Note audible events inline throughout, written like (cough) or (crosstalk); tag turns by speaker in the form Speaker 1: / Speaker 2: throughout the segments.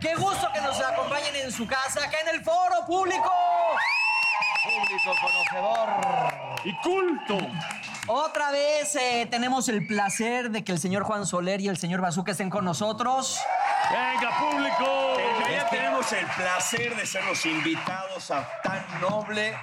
Speaker 1: Qué gusto que nos acompañen en su casa, acá en el foro público. Público conocedor.
Speaker 2: y culto.
Speaker 1: Otra vez eh, tenemos el placer de que el señor Juan Soler y el señor Bazooka estén con nosotros.
Speaker 2: Venga, público.
Speaker 3: Pero ya tenemos el placer de ser los invitados a tan noble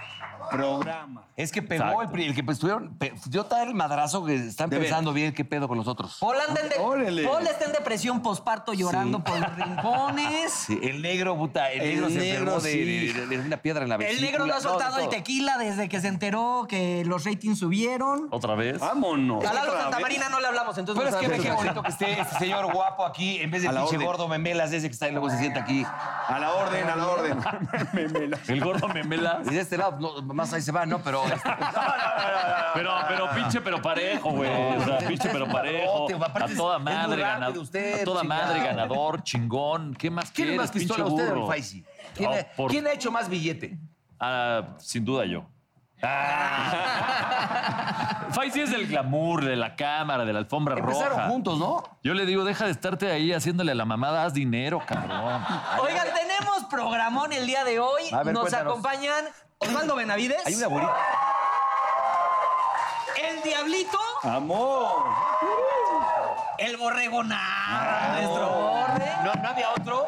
Speaker 3: programa.
Speaker 4: Es que pegó
Speaker 2: Exacto.
Speaker 4: el, pri- el que pues, estuvieron. pe- dio tal el madrazo que están
Speaker 3: De
Speaker 4: pensando bien qué pedo con los otros.
Speaker 1: Paul, anda en de-
Speaker 3: Órale.
Speaker 1: Paul está en depresión posparto llorando
Speaker 4: Sí.
Speaker 1: por los rincones.
Speaker 4: Sí, el negro, puta, el,
Speaker 3: El
Speaker 4: negro se
Speaker 3: negro,
Speaker 4: enfermó de,
Speaker 3: sí.
Speaker 4: de- de- de una piedra en la
Speaker 1: El
Speaker 4: vesícula.
Speaker 1: negro no ha soltado
Speaker 4: de
Speaker 1: el
Speaker 4: todo.
Speaker 1: tequila desde que se enteró que los ratings subieron.
Speaker 2: Otra vez.
Speaker 4: Ah.
Speaker 3: Vámonos.
Speaker 1: A Lalo
Speaker 3: Otra
Speaker 1: Santa
Speaker 3: vez.
Speaker 1: Marina no le hablamos, entonces.
Speaker 4: Pero es
Speaker 1: no
Speaker 4: que ve
Speaker 1: sabe.
Speaker 4: qué bonito que esté este señor guapo aquí, en vez de
Speaker 3: A la
Speaker 4: pinche
Speaker 3: orden.
Speaker 4: gordo memelas ese que está y luego se sienta aquí.
Speaker 3: A la orden, a la (laughs) orden.
Speaker 2: El gordo
Speaker 4: (laughs)
Speaker 2: memela.
Speaker 4: Y de este lado, no, más ahí se va, ¿no? Pero (laughs) este, Ah.
Speaker 2: Pero, pero pinche, pero parejo, güey. O sea, pinche, pero parejo.
Speaker 4: Aparte, aparte
Speaker 2: A toda
Speaker 4: es- es muy
Speaker 2: madre,
Speaker 4: rápido
Speaker 2: ganador.
Speaker 4: usted,
Speaker 2: A toda
Speaker 4: chingada.
Speaker 2: madre, ganador, chingón. ¿Qué más
Speaker 4: ¿Quién es
Speaker 2: quieres,
Speaker 4: más pistola,
Speaker 2: pinche
Speaker 4: usted o el
Speaker 2: burro?
Speaker 4: Faisy? ¿Quién,
Speaker 2: Ah,
Speaker 4: ha-
Speaker 2: por-
Speaker 4: quién ha hecho más billete?
Speaker 2: Ah, sin duda yo. (laughs) Faisy es del glamour, de la cámara, de la alfombra
Speaker 4: Ah. Empezaron
Speaker 2: roja.
Speaker 4: juntos, ¿no?
Speaker 2: Yo le digo, deja de estarte ahí haciéndole a la mamada, haz dinero, cabrón.
Speaker 1: Oigan, tenemos programón el día de hoy.
Speaker 4: A ver,
Speaker 1: Nos
Speaker 4: cuéntanos.
Speaker 1: acompañan Osvaldo Benavides,
Speaker 4: Hay una bonita.
Speaker 1: el Diablito,
Speaker 3: Amor.
Speaker 1: el Borregonado, nuestro borre.
Speaker 4: Ah. No, no había otro.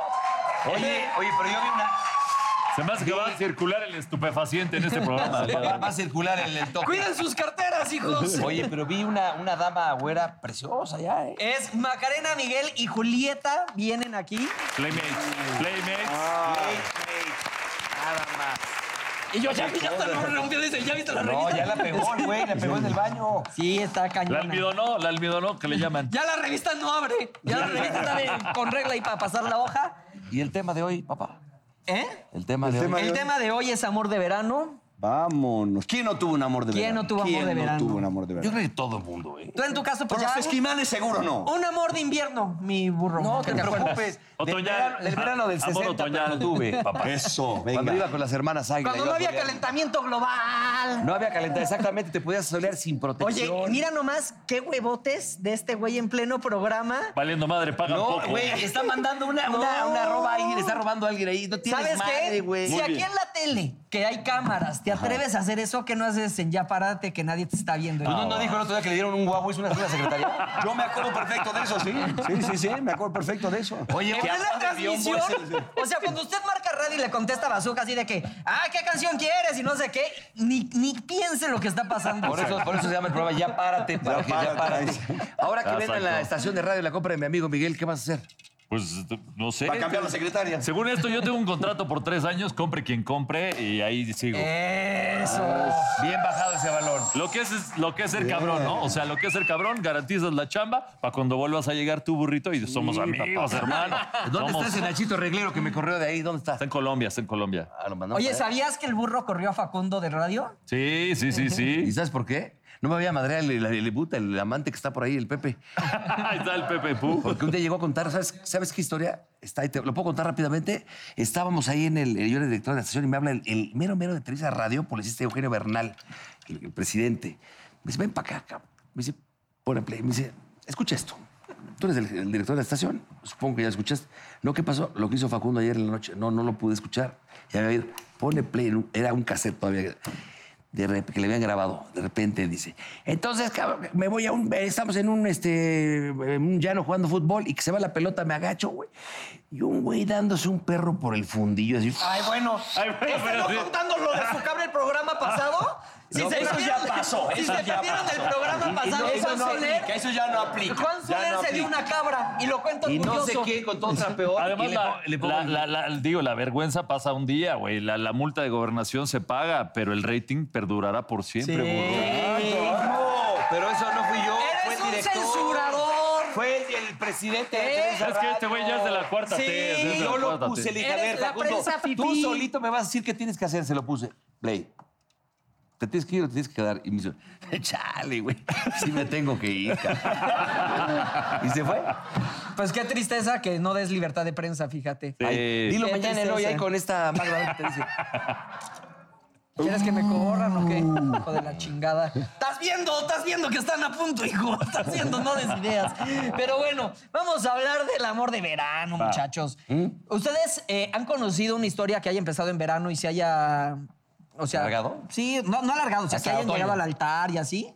Speaker 4: Oye, oye, pero yo vi una.
Speaker 2: Se me hace que va a circular el estupefaciente en este
Speaker 4: (laughs)
Speaker 2: programa.
Speaker 4: Va, va a circular el, el toque.
Speaker 1: Cuiden sus carteras, hijos.
Speaker 4: (laughs) Oye, pero vi una, una dama güera preciosa ya, ¿eh?
Speaker 1: Es Macarena, Miguel y Julieta vienen aquí.
Speaker 2: Playmates, Playmates.
Speaker 1: Y yo ya vi, ya te lo rompió, dice, ¿ya viste la
Speaker 4: No,
Speaker 1: revista?
Speaker 4: ya la pegó el güey, la pegó en el baño.
Speaker 1: Sí, está
Speaker 2: La
Speaker 1: cañona.
Speaker 2: almidonó, la almidonó, que le llaman.
Speaker 1: Ya la revista no abre. Ya la revista está de- con regla y para pasar la hoja.
Speaker 4: ¿Y el tema de hoy, papá?
Speaker 1: ¿Eh?
Speaker 4: El tema de hoy.
Speaker 1: El tema de hoy es amor de verano.
Speaker 3: Vámonos. ¿Quién no tuvo un amor de
Speaker 1: ¿Quién
Speaker 3: verano?
Speaker 1: no tuvo amor
Speaker 3: ¿Quién
Speaker 1: de
Speaker 3: no
Speaker 1: verano?
Speaker 3: tuvo un amor de
Speaker 4: Yo
Speaker 3: verano?
Speaker 4: creo que todo el mundo, ¿eh?
Speaker 1: Tú en tu caso,
Speaker 3: Por
Speaker 1: pues
Speaker 3: los
Speaker 1: ya.
Speaker 3: esquimales seguro no.
Speaker 1: Un amor de invierno, mi burro.
Speaker 4: No te
Speaker 1: ¿Te acuerdas?
Speaker 4: preocupes. Del
Speaker 2: Otoñal.
Speaker 4: verano, del verano del
Speaker 2: Ah, amor
Speaker 4: 60 pero
Speaker 2: otoñal.
Speaker 4: lo tuve, papá.
Speaker 3: Eso,
Speaker 4: Cuando iba
Speaker 3: venga.
Speaker 4: con las hermanas Águila.
Speaker 1: Cuando
Speaker 4: yo
Speaker 1: no había
Speaker 4: soleaba.
Speaker 1: calentamiento global.
Speaker 4: No había calentado, exactamente. Te podías solear sin
Speaker 1: Oye,
Speaker 4: protección.
Speaker 1: mira nomás qué huevotes de este güey en pleno programa.
Speaker 2: Valiendo madre, pagan
Speaker 4: No,
Speaker 2: poco.
Speaker 4: güey, está mandando una, una,
Speaker 1: No.
Speaker 4: una roba a alguien, está robando a alguien ahí. No tienes
Speaker 1: ¿Sabes
Speaker 4: madre,
Speaker 1: qué?
Speaker 4: güey.
Speaker 1: Si aquí en la tele, que hay cámaras, te atreves a hacer eso, que no haces en ya parate, que nadie te está viendo.
Speaker 4: Pues ¿No, no dijo el otro día que le dieron un Huawei, una sola secretaria?
Speaker 3: Yo me acuerdo perfecto de eso, sí. Sí, sí, sí, me acuerdo perfecto de eso.
Speaker 4: Oye,
Speaker 1: ¿En
Speaker 4: que
Speaker 1: plena
Speaker 4: aparte vio un buen-
Speaker 1: transmisión?
Speaker 4: (laughs)
Speaker 1: O sea, cuando usted marca radio y le contesta a Bazooka así de que, ah, ¿qué canción quieres? Y no sé qué, ni, ni piense lo que está pasando.
Speaker 4: Por eso, por eso se llama el programa Ya Párate, para que ya
Speaker 3: párate.
Speaker 4: párate. Ahora que
Speaker 2: Ah,
Speaker 4: venga
Speaker 2: exacto.
Speaker 4: la estación de radio la compra de mi amigo Miguel, ¿qué vas a hacer?
Speaker 2: Pues no sé.
Speaker 3: Para cambiar la secretaria.
Speaker 2: Según esto, yo tengo un contrato por tres años, compre quien compre y ahí sigo.
Speaker 4: Eh.
Speaker 1: Eso.
Speaker 4: Bien bajado ese balón.
Speaker 2: Lo que es, es- lo que es ser cabrón, ¿no? O sea, lo que es ser cabrón, garantizas la chamba para cuando vuelvas a llegar tu burrito y somos amigos, hermano.
Speaker 4: ¿Dónde
Speaker 2: Somos-
Speaker 4: está ese Nachito Reglero que me corrió de ahí? ¿Dónde está?
Speaker 2: Está en Colombia, está en Colombia.
Speaker 4: Ah, lo mandamos
Speaker 1: Oye,
Speaker 4: para allá.
Speaker 1: ¿sabías que el burro corrió a Facundo de radio?
Speaker 2: Sí, sí, sí,
Speaker 4: ¿Y (laughs)
Speaker 2: sí.
Speaker 4: sabes por qué? No me había madreado el, el, el puta, el amante que está por ahí, el Pepe.
Speaker 2: Ahí está el Pepe Pú.
Speaker 4: Porque un día llegó a contar, ¿sabes, ¿sabes qué historia? Está ahí, te- lo puedo contar rápidamente. Estábamos ahí en el, yo era el director de la estación y me habla el, el mero mero de Televisa Radio, publicista Eugenio Bernal, el, el presidente. Me dice, ven para acá, cabrón. Me dice, pone play. Me dice, escucha esto. Tú eres el, el director de la estación. Supongo que ya lo escuchaste. No, ¿qué pasó? Lo que hizo Facundo ayer en la noche. No, no lo pude escuchar. Ya había ido. Pone play. en un- Era un cassette todavía de rep- que le habían grabado. De repente dice, entonces cabrón, me voy a un, estamos en un, este, en un llano jugando fútbol y que se va la pelota, me agacho, güey. Y un güey dándose un perro por el fundillo, así.
Speaker 1: Ay, bueno.
Speaker 2: Ay, bueno,
Speaker 1: ¿Este
Speaker 2: pero
Speaker 1: no
Speaker 2: sí.
Speaker 1: contando lo de su cable el
Speaker 3: (laughs)
Speaker 1: programa pasado? Si
Speaker 3: No,
Speaker 1: se
Speaker 3: pero eso
Speaker 1: perdieron-
Speaker 3: ya pasó,
Speaker 1: Si
Speaker 3: eso
Speaker 1: se
Speaker 3: ya
Speaker 1: perdieron
Speaker 3: pasó.
Speaker 1: el programa pasado,
Speaker 3: eso
Speaker 1: Juan
Speaker 3: no
Speaker 1: Soler,
Speaker 3: aplica, eso ya no aplica.
Speaker 1: Juan
Speaker 3: Ya
Speaker 1: Soler
Speaker 3: no
Speaker 1: se dio
Speaker 3: aplica.
Speaker 1: una cabra y lo cuento
Speaker 4: Y no sé
Speaker 1: orgulloso.
Speaker 4: qué, con todo peor.
Speaker 2: Además,
Speaker 4: Oh, y
Speaker 2: la,
Speaker 4: le po- le
Speaker 2: la-
Speaker 4: pongo-
Speaker 2: la- la- digo, la vergüenza pasa un día, güey. La, la multa de gobernación se paga, pero el rating perdurará por siempre, burro.
Speaker 4: No, pero eso no fui yo. fue
Speaker 1: Eres
Speaker 4: el
Speaker 1: un
Speaker 4: director.
Speaker 1: censurador.
Speaker 4: Fue el, el presidente de
Speaker 1: ¿Eh?
Speaker 4: Televisa
Speaker 2: Es que este
Speaker 4: Radio.
Speaker 2: güey ya es de la cuarta
Speaker 1: Sí,
Speaker 2: T. es de la
Speaker 4: Yo lo
Speaker 2: cuarta
Speaker 4: puse,
Speaker 2: T.
Speaker 4: le dije, a
Speaker 1: Eres
Speaker 4: ver,
Speaker 1: la
Speaker 4: Facundo,
Speaker 1: prensa
Speaker 4: tú
Speaker 1: fifí.
Speaker 4: solito me vas a decir qué tienes que hacer. Se lo puse. Play. Te tienes que ir o te tienes que quedar. Y me hizo, (laughs) chale, güey. Sí me tengo que ir. cabrón". y se fue.
Speaker 1: Pues qué tristeza que no des libertad de prensa, fíjate.
Speaker 2: Sí.
Speaker 4: Ay, dilo
Speaker 1: Qué
Speaker 4: mañana en
Speaker 1: tristeza.
Speaker 4: hoy ahí con esta Magda. ¿dónde te dice?
Speaker 1: ¿Quieres que me corran o qué? Hijo de la chingada. Estás viendo, estás viendo que están a punto, hijo. Estás viendo, no des ideas. Pero bueno, vamos a hablar del amor de verano, muchachos.
Speaker 4: ¿Mm?
Speaker 1: ¿Ustedes eh, han conocido una historia que haya empezado en verano y se haya. O sea.
Speaker 4: ¿Alargado?
Speaker 1: Sí, no, no alargado, o sea, que
Speaker 4: Hasta
Speaker 1: hayan
Speaker 4: otoño.
Speaker 1: llegado al altar y así.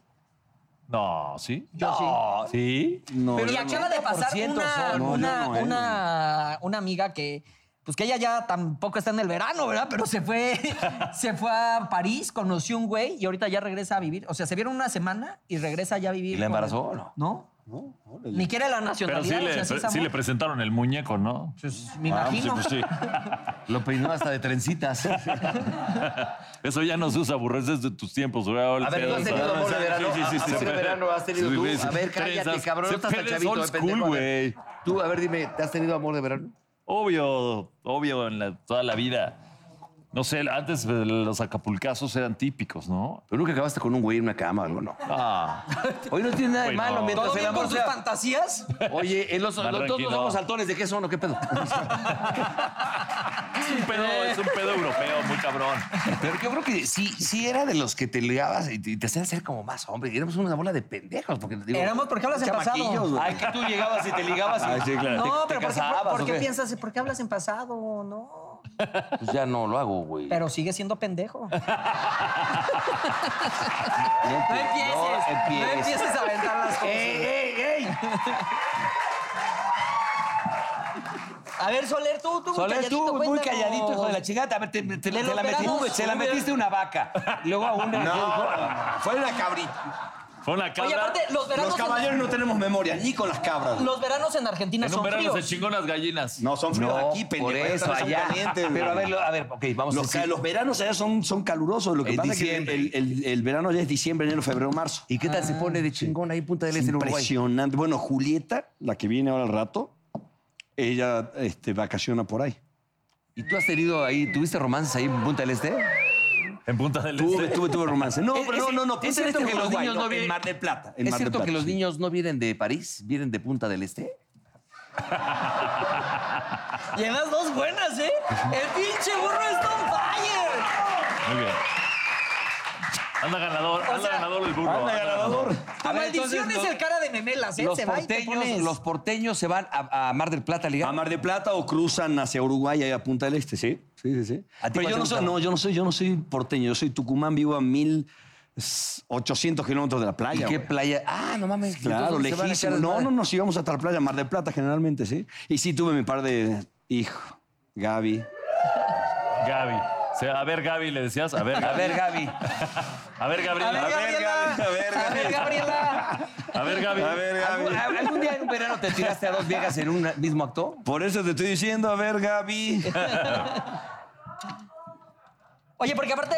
Speaker 2: No, ¿sí?
Speaker 1: Yo
Speaker 2: ¿Sí?
Speaker 4: No,
Speaker 1: Pero y
Speaker 4: yo
Speaker 1: acaba de pasar
Speaker 4: 90%
Speaker 1: una,
Speaker 4: son. No, yo
Speaker 1: una,
Speaker 4: no, ¿eh?
Speaker 1: una, una amiga que, pues que ella ya tampoco está en el verano, ¿verdad? Pero se fue, (laughs) se fue a París, conoció un güey y ahorita ya regresa a vivir. O sea, se vieron una semana y regresa ya a vivir.
Speaker 4: ¿Y la
Speaker 1: con
Speaker 4: embarazó
Speaker 1: él.
Speaker 4: o no?
Speaker 1: No.
Speaker 4: No, órale.
Speaker 1: Ni quiere la
Speaker 2: Pero sí
Speaker 1: nacionalidad. o
Speaker 2: le,
Speaker 1: sea, sí es
Speaker 2: sí
Speaker 1: amor.
Speaker 2: le presentaron el muñeco, ¿no?
Speaker 1: Pues, me
Speaker 4: Ah, pues sí,
Speaker 1: imagino.
Speaker 4: pues sí. Lo peinó hasta de trencitas. A
Speaker 2: Eso ya no se usa, burro, ese es de tus tiempos, güey. ahora el
Speaker 4: ver, ¿tú
Speaker 2: pedo,
Speaker 4: has tenido
Speaker 2: ¿sabes?
Speaker 4: amor de verano?
Speaker 2: Sí, sí, sí,
Speaker 4: ¿Amor
Speaker 2: sí.
Speaker 4: de verano has tenido
Speaker 2: Sí,
Speaker 4: tú?
Speaker 2: güey, sí.
Speaker 4: A ver, cállate,
Speaker 2: Trenzas.
Speaker 4: cabrón.
Speaker 2: Sí,
Speaker 4: Estás tan
Speaker 2: eres
Speaker 4: chavito,
Speaker 2: old
Speaker 4: eh, pendejo.
Speaker 2: school,
Speaker 4: A ver,
Speaker 2: güey.
Speaker 4: (laughs) Tú, a ver, dime, ¿te has tenido amor de verano?
Speaker 2: Obvio, obvio, en la- toda la vida. No sé, antes eh, los acapulcazos eran típicos, ¿no?
Speaker 4: Pero nunca acabaste con un güey en una cama o algo, no.
Speaker 2: Ah,
Speaker 4: Hoy no tiene nada de
Speaker 2: Güey,
Speaker 4: malo
Speaker 2: no.
Speaker 1: (laughs)
Speaker 4: mientras
Speaker 1: ¿Todo
Speaker 4: el
Speaker 1: bien
Speaker 4: amor
Speaker 1: con sus
Speaker 4: sea...
Speaker 1: fantasías?
Speaker 4: Oye, eh, los, los- todos
Speaker 2: tranquilo.
Speaker 4: somos saltones. ¿De qué son o qué pedo?
Speaker 2: es un pedo, es un pedo europeo, muy cabrón.
Speaker 4: Pero yo creo que sí, sí era de los que te ligabas y te, y te hacían ser como más hombre. Y éramos una bola de pendejos. Porque, digo,
Speaker 1: Éramos, ¿por qué hablas en
Speaker 4: chamaquillos,
Speaker 1: pasado?
Speaker 4: güey. Ah,
Speaker 5: Ay, que tú llegabas y te ligabas y...
Speaker 1: No, pero ¿por qué,
Speaker 5: casabas,
Speaker 1: por
Speaker 5: ¿o
Speaker 1: qué
Speaker 5: qué?
Speaker 1: piensas? ¿Por qué hablas en pasado? No.
Speaker 4: Pues ya no lo hago, güey.
Speaker 1: Pero sigue siendo pendejo. No
Speaker 4: No empie-
Speaker 1: empieces.
Speaker 4: no
Speaker 1: No
Speaker 4: empieces. Eh,
Speaker 1: empieces a aventar las cosas. A ver, Soler, tú, tú.
Speaker 5: Soler, tú
Speaker 1: calladito,
Speaker 5: muy
Speaker 1: cuéntanos.
Speaker 5: calladito, hijo de la chingada. A ver, te, te- te
Speaker 1: Le
Speaker 5: la
Speaker 1: operamos,
Speaker 5: metiste, se la
Speaker 1: hombre.
Speaker 5: metiste a una vaca. Luego a una...
Speaker 6: No, fue una cabrita.
Speaker 2: Fue una cabra.
Speaker 1: Oye, aparte, los veranos,
Speaker 6: Los caballeros no tenemos memoria, ni con las cabras.
Speaker 1: en, los veranos en Argentina
Speaker 2: en un
Speaker 1: son
Speaker 2: verano se
Speaker 1: fríos.
Speaker 2: chingó unas gallinas.
Speaker 6: No, son fríos
Speaker 4: No,
Speaker 6: aquí, pendejo.
Speaker 4: por eso,
Speaker 6: Son
Speaker 4: allá.
Speaker 6: calientes, güey.
Speaker 4: Pero a ver, lo- a ver, ok, vamos
Speaker 6: los,
Speaker 4: a decir.
Speaker 6: ca- los veranos allá son, son calurosos. Lo que
Speaker 4: En
Speaker 6: pasa es que
Speaker 4: diciembre.
Speaker 6: el, el- el verano allá es diciembre, enero, febrero, marzo.
Speaker 4: ¿Y qué tal
Speaker 6: Ah,
Speaker 4: se pone de chingón ahí en Punta del
Speaker 6: Es
Speaker 4: Este en Uruguay?
Speaker 6: impresionante. Bueno, Julieta, la que viene ahora al rato, ella este, vacaciona por ahí.
Speaker 4: ¿Y tú has tenido ahí, tuviste romances ahí en Punta del Este?
Speaker 2: En Punta del
Speaker 6: Tuve,
Speaker 2: Este.
Speaker 6: tuve, tuve romance. No,
Speaker 4: Es-
Speaker 6: pero no,
Speaker 4: es-
Speaker 6: no, no.
Speaker 4: es
Speaker 6: Punta del Este
Speaker 4: cierto que
Speaker 6: en
Speaker 4: los
Speaker 6: Uruguay,
Speaker 4: niños no vienen-
Speaker 6: En Mar del Plata. en
Speaker 4: ¿Es
Speaker 6: Mar del
Speaker 4: cierto que
Speaker 6: Plata,
Speaker 4: los
Speaker 6: sí.
Speaker 4: niños no vienen de París? ¿Vienen de Punta del Este?
Speaker 1: Llevas dos buenas, ¿eh? El pinche burro está on fire.
Speaker 2: Muy bien. Anda ganador, anda
Speaker 1: sea,
Speaker 2: ganador el burro.
Speaker 6: Anda, ganador.
Speaker 1: Tu
Speaker 5: A ver,
Speaker 1: maldición
Speaker 5: entonces,
Speaker 1: es
Speaker 5: los-
Speaker 1: el cara de memelas, ¿eh?
Speaker 5: Los
Speaker 1: se va y te
Speaker 5: porteños,
Speaker 1: pones...
Speaker 5: los porteños se van a, a Mar del Plata a
Speaker 6: A
Speaker 5: ligar.
Speaker 6: Mar del Plata o cruzan hacia Uruguay ahí a Punta del Este, sí. Sí, sí, sí.
Speaker 4: ¿A
Speaker 6: Pero
Speaker 4: ti cuál
Speaker 6: yo
Speaker 4: te
Speaker 6: no, soy,
Speaker 4: gusta?
Speaker 6: no, yo no soy, yo no soy porteño, yo soy Tucumán, vivo a 1800 kilómetros de la
Speaker 4: ¿Y
Speaker 6: playa.
Speaker 4: qué
Speaker 6: güey.
Speaker 4: playa? Ah, no mames.
Speaker 6: Claro,
Speaker 4: entonces se van a echar
Speaker 6: lejísimo. No,
Speaker 4: desmadre.
Speaker 6: no nos íbamos hasta la playa, Mar del Plata generalmente, sí. Y sí tuve mi par de hijo, Gaby.
Speaker 2: Gaby. O sea, a ver, Gaby, le decías. A ver,
Speaker 5: A
Speaker 2: Gaby.
Speaker 5: ver,
Speaker 4: (laughs)
Speaker 5: Gaby.
Speaker 2: A ver,
Speaker 1: A ver,
Speaker 2: Gabriela.
Speaker 1: Gabriela.
Speaker 6: Gaby, a
Speaker 1: A ver,
Speaker 6: ver, Gaby.
Speaker 1: Gabriela.
Speaker 2: A ver, Gaby.
Speaker 5: ¿Algún, algún día en un verano te tiraste a dos viejas en un mismo acto?
Speaker 6: Por eso te estoy diciendo, a ver, Gaby.
Speaker 1: Oye, porque aparte,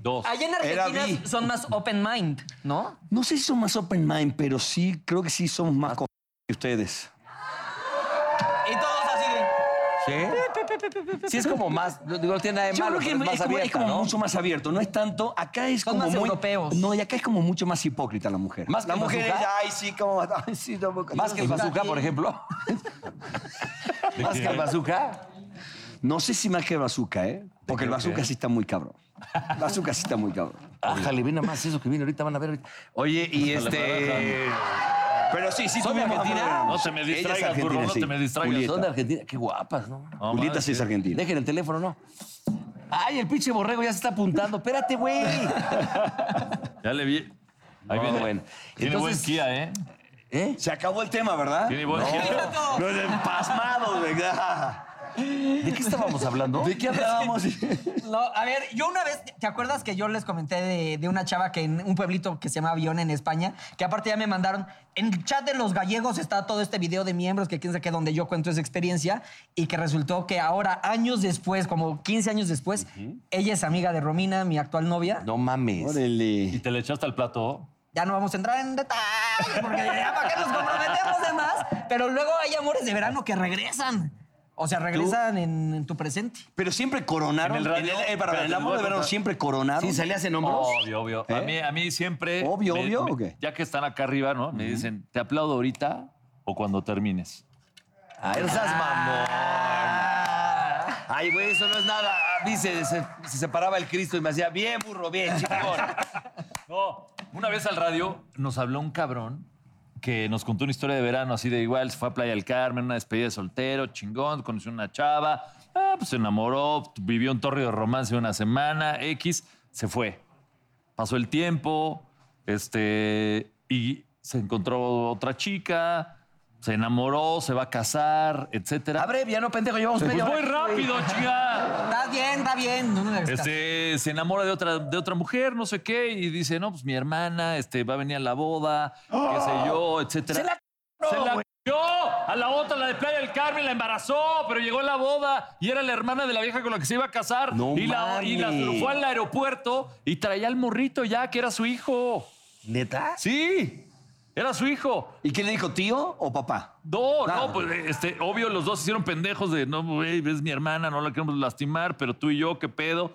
Speaker 2: Dos.
Speaker 1: allá en
Speaker 6: Era
Speaker 1: Argentina
Speaker 6: bi.
Speaker 1: son más open mind, ¿no?
Speaker 6: No sé si son más open mind, pero sí, creo que sí somos más co- que ustedes.
Speaker 1: Y todos así de...
Speaker 5: Sí. Sí, es como más. No, digo, no tiene nada de
Speaker 6: Yo
Speaker 5: malo,
Speaker 6: creo que
Speaker 5: pero es más
Speaker 6: es como,
Speaker 5: abierta,
Speaker 6: es como
Speaker 5: ¿no?
Speaker 6: mucho más abierto, no es tanto. Acá es
Speaker 1: Son
Speaker 6: como
Speaker 1: más
Speaker 6: muy.
Speaker 1: europeos.
Speaker 6: No, y acá es como mucho más hipócrita la mujer.
Speaker 5: Más que
Speaker 6: la
Speaker 5: el
Speaker 6: mujer
Speaker 5: bazooka.
Speaker 6: es, ay, sí, como. (laughs) Ay, sí, no,
Speaker 5: Más que el bazooka, por ejemplo.
Speaker 4: ¿Más que el bazooka?
Speaker 6: No sé si más que el bazooka, ¿eh? Porque el bazooka sí está muy cabrón. El bazooka sí está muy cabrón.
Speaker 4: Ájale, ven nada más eso que viene ahorita, van a ver ahorita. Oye, y este...
Speaker 6: Pero sí, sí,
Speaker 5: ¿Son de
Speaker 6: tuvimos
Speaker 5: Argentina?
Speaker 6: amor.
Speaker 2: No te me
Speaker 6: Ella es
Speaker 2: distraigas,
Speaker 6: argentina,
Speaker 2: burro. No
Speaker 6: sí.
Speaker 2: te me distraigas.
Speaker 4: Son de Argentina. Qué guapas, ¿no?
Speaker 2: No,
Speaker 6: Julieta sí
Speaker 2: mames.
Speaker 6: es argentina.
Speaker 4: Dejen el teléfono, no. Ay, el pinche borrego ya se está apuntando. Espérate, güey.
Speaker 2: Ya le vi. Ahí
Speaker 4: No,
Speaker 2: viene.
Speaker 4: bueno.
Speaker 2: Tiene buen
Speaker 4: Entonces-
Speaker 2: Kia, ¿eh?
Speaker 4: ¿Eh?
Speaker 6: Se acabó el tema, ¿verdad?
Speaker 2: Tiene buen Kia.
Speaker 6: No, de pasmados, ¿verdad?
Speaker 4: ¿De qué estábamos hablando?
Speaker 6: ¿De qué
Speaker 4: (laughs)
Speaker 6: hablábamos?
Speaker 1: No, a ver, yo una vez, ¿te acuerdas que yo les comenté de, de una chava que en un pueblito que se llama Avión en España, que aparte ya me mandaron, en el chat de los gallegos está todo este video de miembros, que quién sabe qué, donde yo cuento esa experiencia, y que resultó que ahora, años después, como 15 años después, ella es amiga de Romina, mi actual novia.
Speaker 4: No mames.
Speaker 2: Y
Speaker 6: Órale.
Speaker 2: te le echaste al plato.
Speaker 1: Ya no vamos a entrar en detalle, porque ya para qué nos comprometemos de más, pero luego hay amores de verano que regresan. O sea, regresan en, en tu presente.
Speaker 6: Pero siempre coronaron.
Speaker 2: En el radio-
Speaker 6: eh, para,
Speaker 2: espérate,
Speaker 6: el amor
Speaker 2: les voy a
Speaker 6: de verano
Speaker 2: contar.
Speaker 6: siempre coronaron.
Speaker 4: ¿Sí salías en hombros?
Speaker 2: Obvio, obvio. A,
Speaker 6: ¿Eh?
Speaker 2: mí, a mí siempre.
Speaker 6: Obvio, obvio, ¿o qué?
Speaker 2: Ya que están acá arriba, ¿no? Me dicen, te aplaudo ahorita o cuando termines.
Speaker 4: Ah, Ay, no seas mamón. Ay, güey, eso no es nada.
Speaker 6: dice, se, se separaba el Cristo y me hacía, bien, burro, bien, chingón.
Speaker 2: No, una vez al radio nos habló un cabrón que nos contó una historia de verano así de igual, se fue a Playa del Carmen, una despedida de soltero, chingón, conoció una chava, ah, pues se enamoró, vivió un torrio de romance una semana, X, se fue. Pasó el tiempo, este, y se encontró otra chica, se enamoró, se va a casar, etcétera.
Speaker 4: Abre, ya no pendejo, llevamos
Speaker 2: Pues
Speaker 4: media
Speaker 2: voy
Speaker 4: hora.
Speaker 2: rápido, chica.
Speaker 1: Está bien, está bien. No, no, está-
Speaker 2: Este, se enamora de otra, de otra mujer, no sé qué, y dice, no, pues mi hermana este, va a venir a la boda, qué sé yo, etcétera.
Speaker 4: ¡Ah! Se la
Speaker 2: ¡Se la
Speaker 4: güey.
Speaker 2: c***ó! A la otra, la de Playa del Carmen, la embarazó, pero llegó a la boda y era la hermana de la vieja con la que se iba a casar.
Speaker 4: No
Speaker 2: y la, y la-
Speaker 4: mames.
Speaker 2: fue al aeropuerto y traía al morrito ya, que era su hijo.
Speaker 4: ¿Neta?
Speaker 2: Sí, era su hijo.
Speaker 6: ¿Y qué le dijo, tío o papá?
Speaker 2: No,
Speaker 6: Ah.
Speaker 2: no, pues este, obvio, los dos se hicieron pendejos de no, güey, es mi hermana, no la queremos lastimar, pero tú y yo, qué pedo.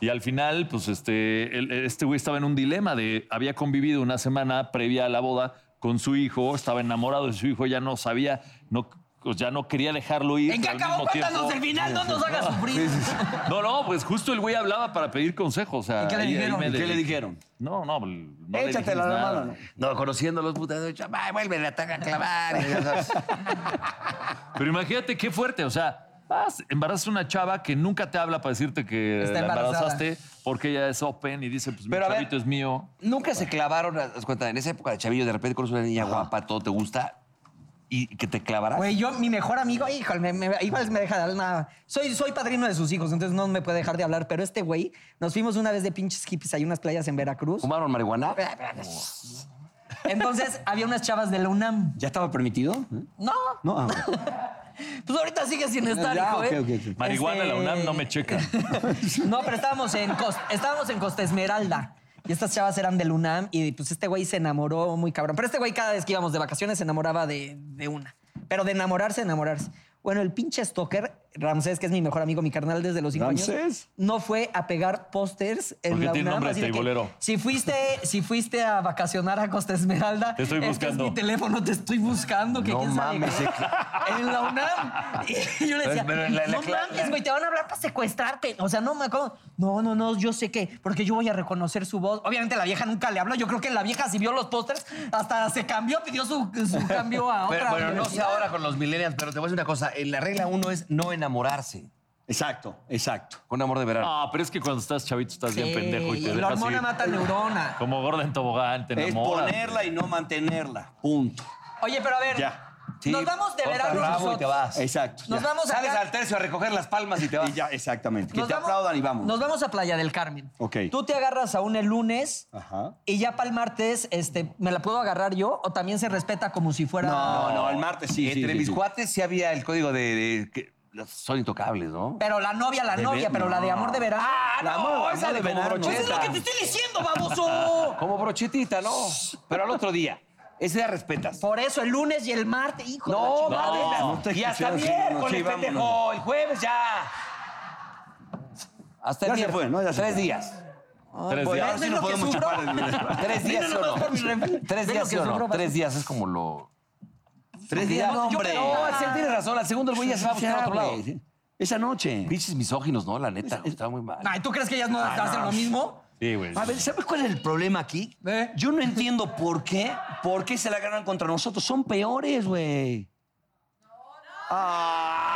Speaker 2: Y al final, pues este, el- este güey estaba en un dilema de había convivido una semana previa a la boda con su hijo, estaba enamorado de su hijo, ya no sabía, no, pues, ya no quería dejarlo ir.
Speaker 1: ¿En qué
Speaker 2: pero al
Speaker 1: acabó?
Speaker 2: mismo tiempo-
Speaker 1: Cuéntanos el final, no nos hagas sufrir.
Speaker 2: No, no, pues justo el güey hablaba para pedir consejos. O sea,
Speaker 1: ¿Y qué le
Speaker 2: ahí- ahí
Speaker 1: dijeron?
Speaker 2: me
Speaker 1: ¿Y
Speaker 6: ¿Qué
Speaker 2: de-
Speaker 6: le dijeron?
Speaker 2: No, no, no le dijimos
Speaker 6: Échatela a la
Speaker 2: nada.
Speaker 6: mano, ¿no?
Speaker 4: (laughs) No, conociendo los putas, de hecho, "Ay, vuelve la taca a clavar. y ya sabes.
Speaker 2: Pero imagínate qué fuerte, o sea, vas, embarazas a una chava que nunca te habla para decirte que
Speaker 1: Está
Speaker 2: la
Speaker 1: embarazada.
Speaker 2: embarazaste porque ella es open y dice, pues
Speaker 6: Pero a
Speaker 2: mi
Speaker 6: ver,
Speaker 2: chavito es mío.
Speaker 4: Nunca se clavaron, haz cuenta, en esa época de chavillo, de repente conoces una niña guapa, todo te gusta y que te clavarás.
Speaker 1: Güey, yo, mi mejor amigo, híjole, me, me- igual me deja de hablar nada. Soy, soy padrino de sus hijos, entonces no me puede dejar de hablar. Pero este güey, nos fuimos una vez de pinches hippies, hay unas playas en Veracruz.
Speaker 4: ¿Fumaron marihuana?
Speaker 1: Entonces había unas chavas de la UNAM.
Speaker 6: ¿Ya estaba permitido?
Speaker 1: No,
Speaker 6: No. ah,
Speaker 1: pues ahorita sigue sin estar,
Speaker 6: Ya,
Speaker 1: hijo, ¿eh?
Speaker 6: ok, ok, ok.
Speaker 2: Marihuana,
Speaker 1: Este-
Speaker 2: la UNAM no me
Speaker 1: (laughs)
Speaker 2: checa.
Speaker 1: No, pero estábamos en, Cos- estábamos en Costa Esmeralda. Y estas chavas eran del UNAM y pues este güey se enamoró muy cabrón. Pero este güey cada vez que íbamos de vacaciones se enamoraba de, de una. Pero de enamorarse, enamorarse. Bueno, el pinche stalker, Ramsés, que es mi mejor amigo, mi carnal desde los cinco años,
Speaker 6: ¿Ramsés?
Speaker 1: no fue a pegar pósters en
Speaker 2: Porque
Speaker 1: la
Speaker 2: tiene
Speaker 1: UNAM.
Speaker 2: nombre de
Speaker 1: así de que,
Speaker 2: teibolero.
Speaker 1: si fuiste, si fuiste a vacacionar a Costa Esmeralda,
Speaker 2: Te estoy
Speaker 1: este
Speaker 2: buscando.
Speaker 1: es mi teléfono, te estoy buscando. Que
Speaker 4: No
Speaker 1: quién sabe
Speaker 4: mames,
Speaker 1: qué. En la UNAM. Y yo le decía,
Speaker 4: Pero la- la-
Speaker 1: no
Speaker 4: la-
Speaker 1: mames, güey, te van a hablar para secuestrarte. O sea, no me acuerdo. No, no, no, yo sé que, porque yo voy a reconocer su voz. Obviamente la vieja nunca le habló. Yo creo que la vieja si vio los pósters, hasta se cambió, pidió su,
Speaker 4: (laughs)
Speaker 1: su cambio a
Speaker 4: Pero,
Speaker 1: otra.
Speaker 4: bueno, no sé
Speaker 1: universidad.
Speaker 4: ahora con los millennials, pero te voy a decir una cosa. eh, La regla uno es no enamorarse
Speaker 6: Exacto, exacto.
Speaker 4: con amor de verano.
Speaker 2: Ah, pero es que cuando estás chavito estás
Speaker 4: pues,
Speaker 1: Sí,
Speaker 2: bien pendejo y te
Speaker 1: la
Speaker 2: dejas
Speaker 1: hormona
Speaker 2: ir.
Speaker 4: (laughs)
Speaker 1: mata neurona.
Speaker 2: Como gorda en tobogán, te
Speaker 6: Es
Speaker 2: enamoras.
Speaker 6: ponerla y no mantenerla. Punto.
Speaker 1: Oye, pero a ver,
Speaker 6: Ya.
Speaker 4: Sí,
Speaker 1: nos vamos de
Speaker 4: corta
Speaker 1: verano
Speaker 4: el rabo
Speaker 1: nosotros.
Speaker 4: y te vas.
Speaker 6: Exacto.
Speaker 1: Nos
Speaker 6: ya.
Speaker 1: vamos
Speaker 6: Sales
Speaker 1: acá.
Speaker 6: al tercio a recoger las palmas y te vas.
Speaker 3: Y ya, exactamente.
Speaker 6: Que te aplaudan y vamos.
Speaker 1: Nos vamos a Playa del Carmen.
Speaker 6: Ok.
Speaker 1: Tú te agarras a una el lunes
Speaker 6: Ajá.
Speaker 1: y ya para el martes, este, ¿me la puedo agarrar yo? ¿O también se respeta como si fuera.?
Speaker 6: No, no, el martes sí. sí,
Speaker 4: Entre
Speaker 6: sí,
Speaker 4: mis
Speaker 6: sí.
Speaker 4: cuates sí había el código de, de que son intocables, ¿no?
Speaker 1: Pero la novia, la novia, pero la de amor de verano. ¡Ah,
Speaker 6: La amor- amor de verano.
Speaker 1: Pues es lo que te estoy diciendo, baboso.
Speaker 6: Como brochetita, ¿no? Pero al otro día. Ese día respetas.
Speaker 1: Por eso el lunes y el martes, hijo
Speaker 6: No,
Speaker 1: de la chingada.
Speaker 6: mames.
Speaker 2: no
Speaker 6: No
Speaker 2: te
Speaker 6: y hasta
Speaker 3: escucharon, sí, no, sí,
Speaker 6: miércoles,
Speaker 3: vámonos.
Speaker 6: pendejo. El jueves ya.
Speaker 4: Hasta
Speaker 6: Ya
Speaker 4: el
Speaker 6: se
Speaker 4: miércoles.
Speaker 6: fue, ¿no? Ya se
Speaker 4: Tres
Speaker 6: fue.
Speaker 4: días.
Speaker 6: Pues,
Speaker 2: Tres
Speaker 1: ¿Ves
Speaker 2: días.
Speaker 1: de lo que sufro?
Speaker 6: (laughs)
Speaker 1: (laughs)
Speaker 4: Tres
Speaker 1: Mira
Speaker 4: días sí o
Speaker 1: nomás
Speaker 4: no.
Speaker 1: por mi refri-
Speaker 4: Tres
Speaker 1: ¿Ves
Speaker 4: días
Speaker 1: lo
Speaker 4: sí
Speaker 1: que
Speaker 4: o no.
Speaker 1: sufro,
Speaker 4: Tres días es como lo...
Speaker 6: Tres días,
Speaker 1: yo-
Speaker 6: hombre.
Speaker 1: yo-
Speaker 6: No, Axel, tienes razón. Al segundo el güey ya se va a buscar a otro lado.
Speaker 4: Esa noche. Pinches misóginos, ¿no? La neta, estaba muy mal.
Speaker 1: Ay, ¿tú crees que ellas no hacen lo mismo?
Speaker 2: Sí, güey.
Speaker 6: Ah, A ver, ¿sabes cuál es el problema aquí?
Speaker 1: ¿Eh?
Speaker 6: Yo no entiendo por qué, por qué se la ganan contra nosotros. Son peores, güey. Ah.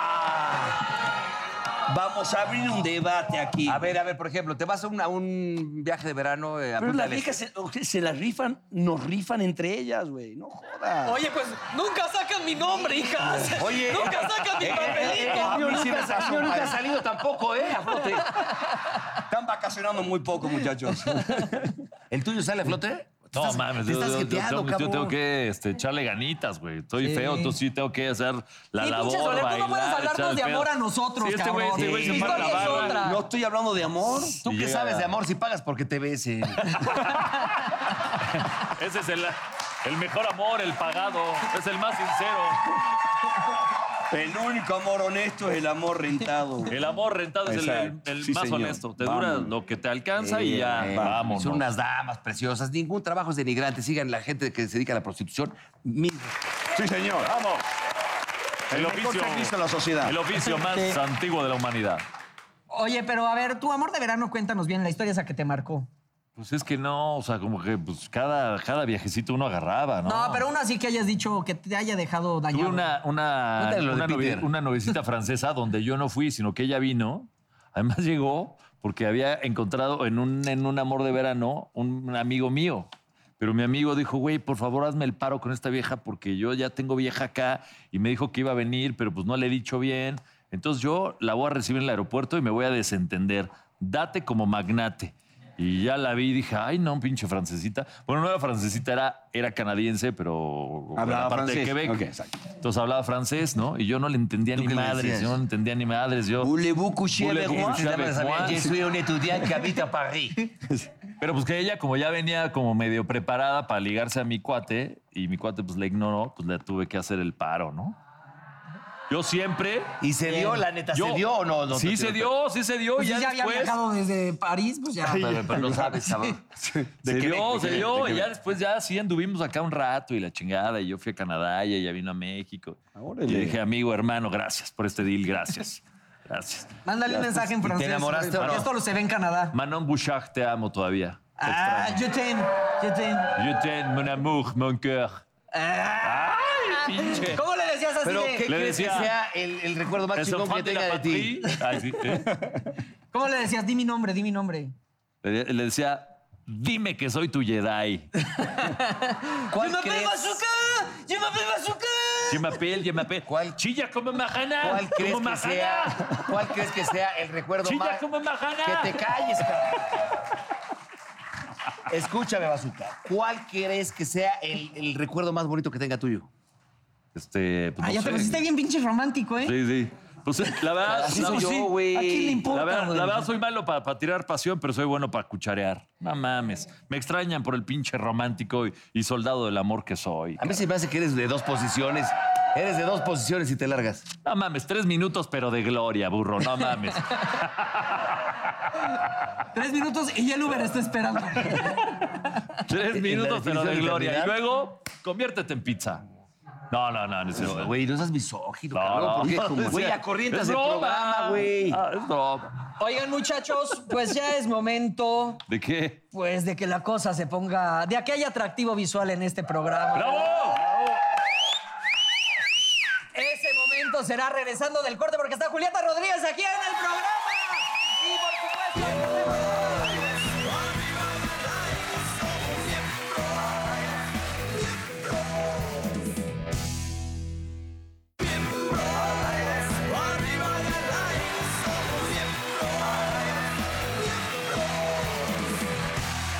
Speaker 3: Vamos a abrir un debate aquí.
Speaker 4: A ver, a ver, por ejemplo, te vas a un, a un viaje de verano eh, a
Speaker 6: Pero
Speaker 4: Punta
Speaker 6: las
Speaker 4: del
Speaker 6: viejas
Speaker 4: Este.
Speaker 6: se, (laughs) o sea, se las rifan, nos rifan entre ellas, güey. No jodas.
Speaker 1: Oye, pues nunca sacan mi nombre, hijas.
Speaker 4: Oye.
Speaker 1: Nunca sacan mi
Speaker 6: Eh,
Speaker 4: Ah,
Speaker 1: papelito.
Speaker 6: mío nunca
Speaker 4: nunca,
Speaker 6: salió,
Speaker 4: ha salido tampoco, ¿eh? A flote.
Speaker 3: Están vacacionando muy poco, muchachos.
Speaker 4: ¿El tuyo sale a flote?
Speaker 2: No mames,
Speaker 4: te
Speaker 2: yo,
Speaker 4: estás
Speaker 2: yo- yo
Speaker 4: jeteando,
Speaker 2: tengo, yo
Speaker 4: cabrón.
Speaker 2: tengo que este, echarle ganitas, güey. Estoy feo, entonces sí tengo que hacer la
Speaker 1: Sí,
Speaker 2: labor,
Speaker 1: pinche Soler, tú no
Speaker 2: bailar,
Speaker 1: puedes hablarnos
Speaker 2: echar el
Speaker 1: de
Speaker 2: pedo.
Speaker 1: amor a nosotros,
Speaker 2: sí, este güey, este
Speaker 1: cabrón.
Speaker 2: güey se
Speaker 1: Sí,
Speaker 2: para la
Speaker 1: historia es
Speaker 2: barba.
Speaker 1: otra.
Speaker 6: No estoy hablando de amor.
Speaker 4: ¿Tú qué
Speaker 2: Llega-
Speaker 4: sabes de amor si pagas porque te eh. besen?
Speaker 2: Ese es el, el mejor amor, el pagado. Es el más sincero.
Speaker 3: El único amor honesto es el amor rentado.
Speaker 2: El amor rentado es el- el,
Speaker 3: Exacto.
Speaker 2: el
Speaker 3: Sí,
Speaker 2: más
Speaker 3: señor.
Speaker 2: honesto. Te dura
Speaker 3: Vámonos.
Speaker 2: lo que te alcanza y
Speaker 4: Eh,
Speaker 2: ya
Speaker 4: eh,
Speaker 2: vamos.
Speaker 4: Son unas damas preciosas. Ningún trabajo es denigrante. Sigan la gente que se dedica a la prostitución. Mil-
Speaker 3: Sí, señor.
Speaker 2: Vamos. El
Speaker 3: El mejor
Speaker 2: oficio,
Speaker 3: servicio a la sociedad. (laughs)
Speaker 2: el oficio más antiguo de la humanidad.
Speaker 1: Oye, pero a ver, tu amor de verano, cuéntanos bien la historia esa que te marcó.
Speaker 2: Pues es que no, o sea, como que pues, cada, cada viajecito uno agarraba, ¿no?
Speaker 1: No, pero uno así que hayas dicho que te haya dejado
Speaker 2: Tuve
Speaker 1: dañado.
Speaker 2: una, una,
Speaker 4: Cuéntale lo de
Speaker 2: una, novie-
Speaker 4: Peter.
Speaker 2: una noviecita francesa (laughs) donde yo no fui, sino que ella vino. Además llegó porque había encontrado en un, en un amor de verano un, un amigo mío. Pero mi amigo dijo, güey, por favor hazme el paro con esta vieja porque yo ya tengo vieja acá y me dijo que iba a venir, pero pues no le he dicho bien. Entonces yo la voy a recibir en el aeropuerto y me voy a desentender. Date como magnate. Y ya la vi y dije, ay, no, pinche francesita. Bueno, no era francesita, era, era canadiense, pero
Speaker 6: Hablaba
Speaker 2: era parte de
Speaker 6: francés.
Speaker 2: Quebec.
Speaker 6: Ok, exacto.
Speaker 2: Entonces hablaba francés, ¿no? Y yo no le entendía ni
Speaker 4: qué le
Speaker 2: madres,
Speaker 4: decías?
Speaker 2: yo no le entendía ni madres, yo.
Speaker 6: Voulez-vous coucher
Speaker 2: Voulez-vous
Speaker 6: avec moi?
Speaker 2: coucher avec moi?
Speaker 6: Je suis un étudiant qui habite à Paris.
Speaker 2: Pero pues que ella como ya venía como medio preparada para ligarse a mi cuate y mi cuate pues le ignoró, pues le tuve que hacer el paro, ¿no? Yo siempre
Speaker 4: Y se dio, la neta,
Speaker 2: yo-
Speaker 4: ¿se dio o no? no
Speaker 2: sí
Speaker 4: te-
Speaker 2: se dio, sí se dio,
Speaker 1: Pues
Speaker 2: ya
Speaker 1: si ya había
Speaker 2: después
Speaker 1: viajado desde París, pues ya.
Speaker 4: Pero, pero no sabes, cabrón.
Speaker 2: se
Speaker 4: Quebec,
Speaker 2: dio,
Speaker 4: de
Speaker 2: se
Speaker 4: Quebec,
Speaker 2: dio,
Speaker 4: de
Speaker 2: y ya
Speaker 4: Quebec.
Speaker 2: después ya sí anduvimos acá un rato y la chingada, y yo fui a Canadá y ella vino a México. Y le dije, amigo, hermano, gracias por este deal, gracias. (laughs) Gracias.
Speaker 1: Mándale un mensaje en francés.
Speaker 4: enamoraste o
Speaker 1: güey,
Speaker 4: no?
Speaker 1: Esto lo se ve en Canadá.
Speaker 2: Manon Bouchard, te amo todavía. Te
Speaker 1: Ah,
Speaker 2: extraño.
Speaker 1: je t'aime, je t'aime.
Speaker 2: Je t'aime, mon amour, mon cœur.
Speaker 1: Ah.
Speaker 2: ¡Ay,
Speaker 1: (laughs)
Speaker 2: pinche!
Speaker 1: ¿Cómo le decías así
Speaker 4: Pero,
Speaker 1: de-
Speaker 4: ¿qué
Speaker 2: Le
Speaker 4: crees que
Speaker 2: decía-
Speaker 4: sea el, el recuerdo más
Speaker 2: Es un
Speaker 4: chingón que
Speaker 2: fan de
Speaker 4: tenga
Speaker 2: la
Speaker 4: de ti?
Speaker 2: patrie. Ay, sí, ¿eh?
Speaker 1: ¿Cómo le decías? Di mi nombre, di mi nombre.
Speaker 2: le, le decía, dime que soy tu Jedi.
Speaker 1: ¡Yo me apelo bazooka! ¡Yo me apelo bazooka!
Speaker 2: Je m'appelle, je m'appelle.
Speaker 4: ¿Cuál-
Speaker 2: Chilla como majana.
Speaker 4: ¿Cuál crees
Speaker 2: como
Speaker 4: que sea? ¿Cuál crees que sea el recuerdo
Speaker 2: Chilla
Speaker 4: más?
Speaker 2: como majana.
Speaker 4: Que te calles, cabrón. Escúchame, Bazooka. ¿Cuál crees que sea el, el recuerdo más bonito que tenga tuyo?
Speaker 2: Este, pues,
Speaker 1: Ah,
Speaker 2: no
Speaker 1: ya
Speaker 2: sé.
Speaker 1: te pusiste bien pinche romántico, ¿eh?
Speaker 2: Sí, sí. Pues eh, la verdad,
Speaker 6: Así
Speaker 2: la,
Speaker 6: soy
Speaker 2: sí,
Speaker 6: yo, güey.
Speaker 1: ¿A quién le importa,
Speaker 2: la verdad,
Speaker 1: güey?
Speaker 2: la verdad soy malo para tirar pasión, pero soy bueno para cucharear. No mames. Me extrañan por el pinche romántico y, y soldado del amor que soy.
Speaker 4: A mí se me hace que eres de dos posiciones. Eres de dos posiciones y te largas.
Speaker 2: No mames, tres minutos, pero de gloria, burro. No mames.
Speaker 1: Tres minutos y ya el Uber está esperando.
Speaker 2: Tres
Speaker 4: En la
Speaker 2: minutos, pero
Speaker 4: definición
Speaker 2: de
Speaker 4: de
Speaker 2: gloria. Y
Speaker 4: terminar.
Speaker 2: luego, conviértete en pizza. No, no, no, no es cierto.
Speaker 4: Güey, no seas misógino,
Speaker 2: No,
Speaker 4: cabrón.
Speaker 2: no, (laughs)
Speaker 4: ¿por qué?
Speaker 2: no,
Speaker 4: Como-
Speaker 2: es
Speaker 4: Güey, a
Speaker 2: cierto.
Speaker 4: corrientes
Speaker 2: Es
Speaker 4: del
Speaker 2: broma.
Speaker 4: programa, güey.
Speaker 2: Ah, es broma.
Speaker 1: (laughs) Oigan, muchachos, pues ya es momento,
Speaker 2: ¿De qué?
Speaker 1: pues, de que la cosa se ponga... De que haya atractivo visual en este programa.
Speaker 2: ¡Bravo!
Speaker 1: Ese momento será regresando del corte porque está Julieta Rodríguez aquí en el programa. Y por supuesto...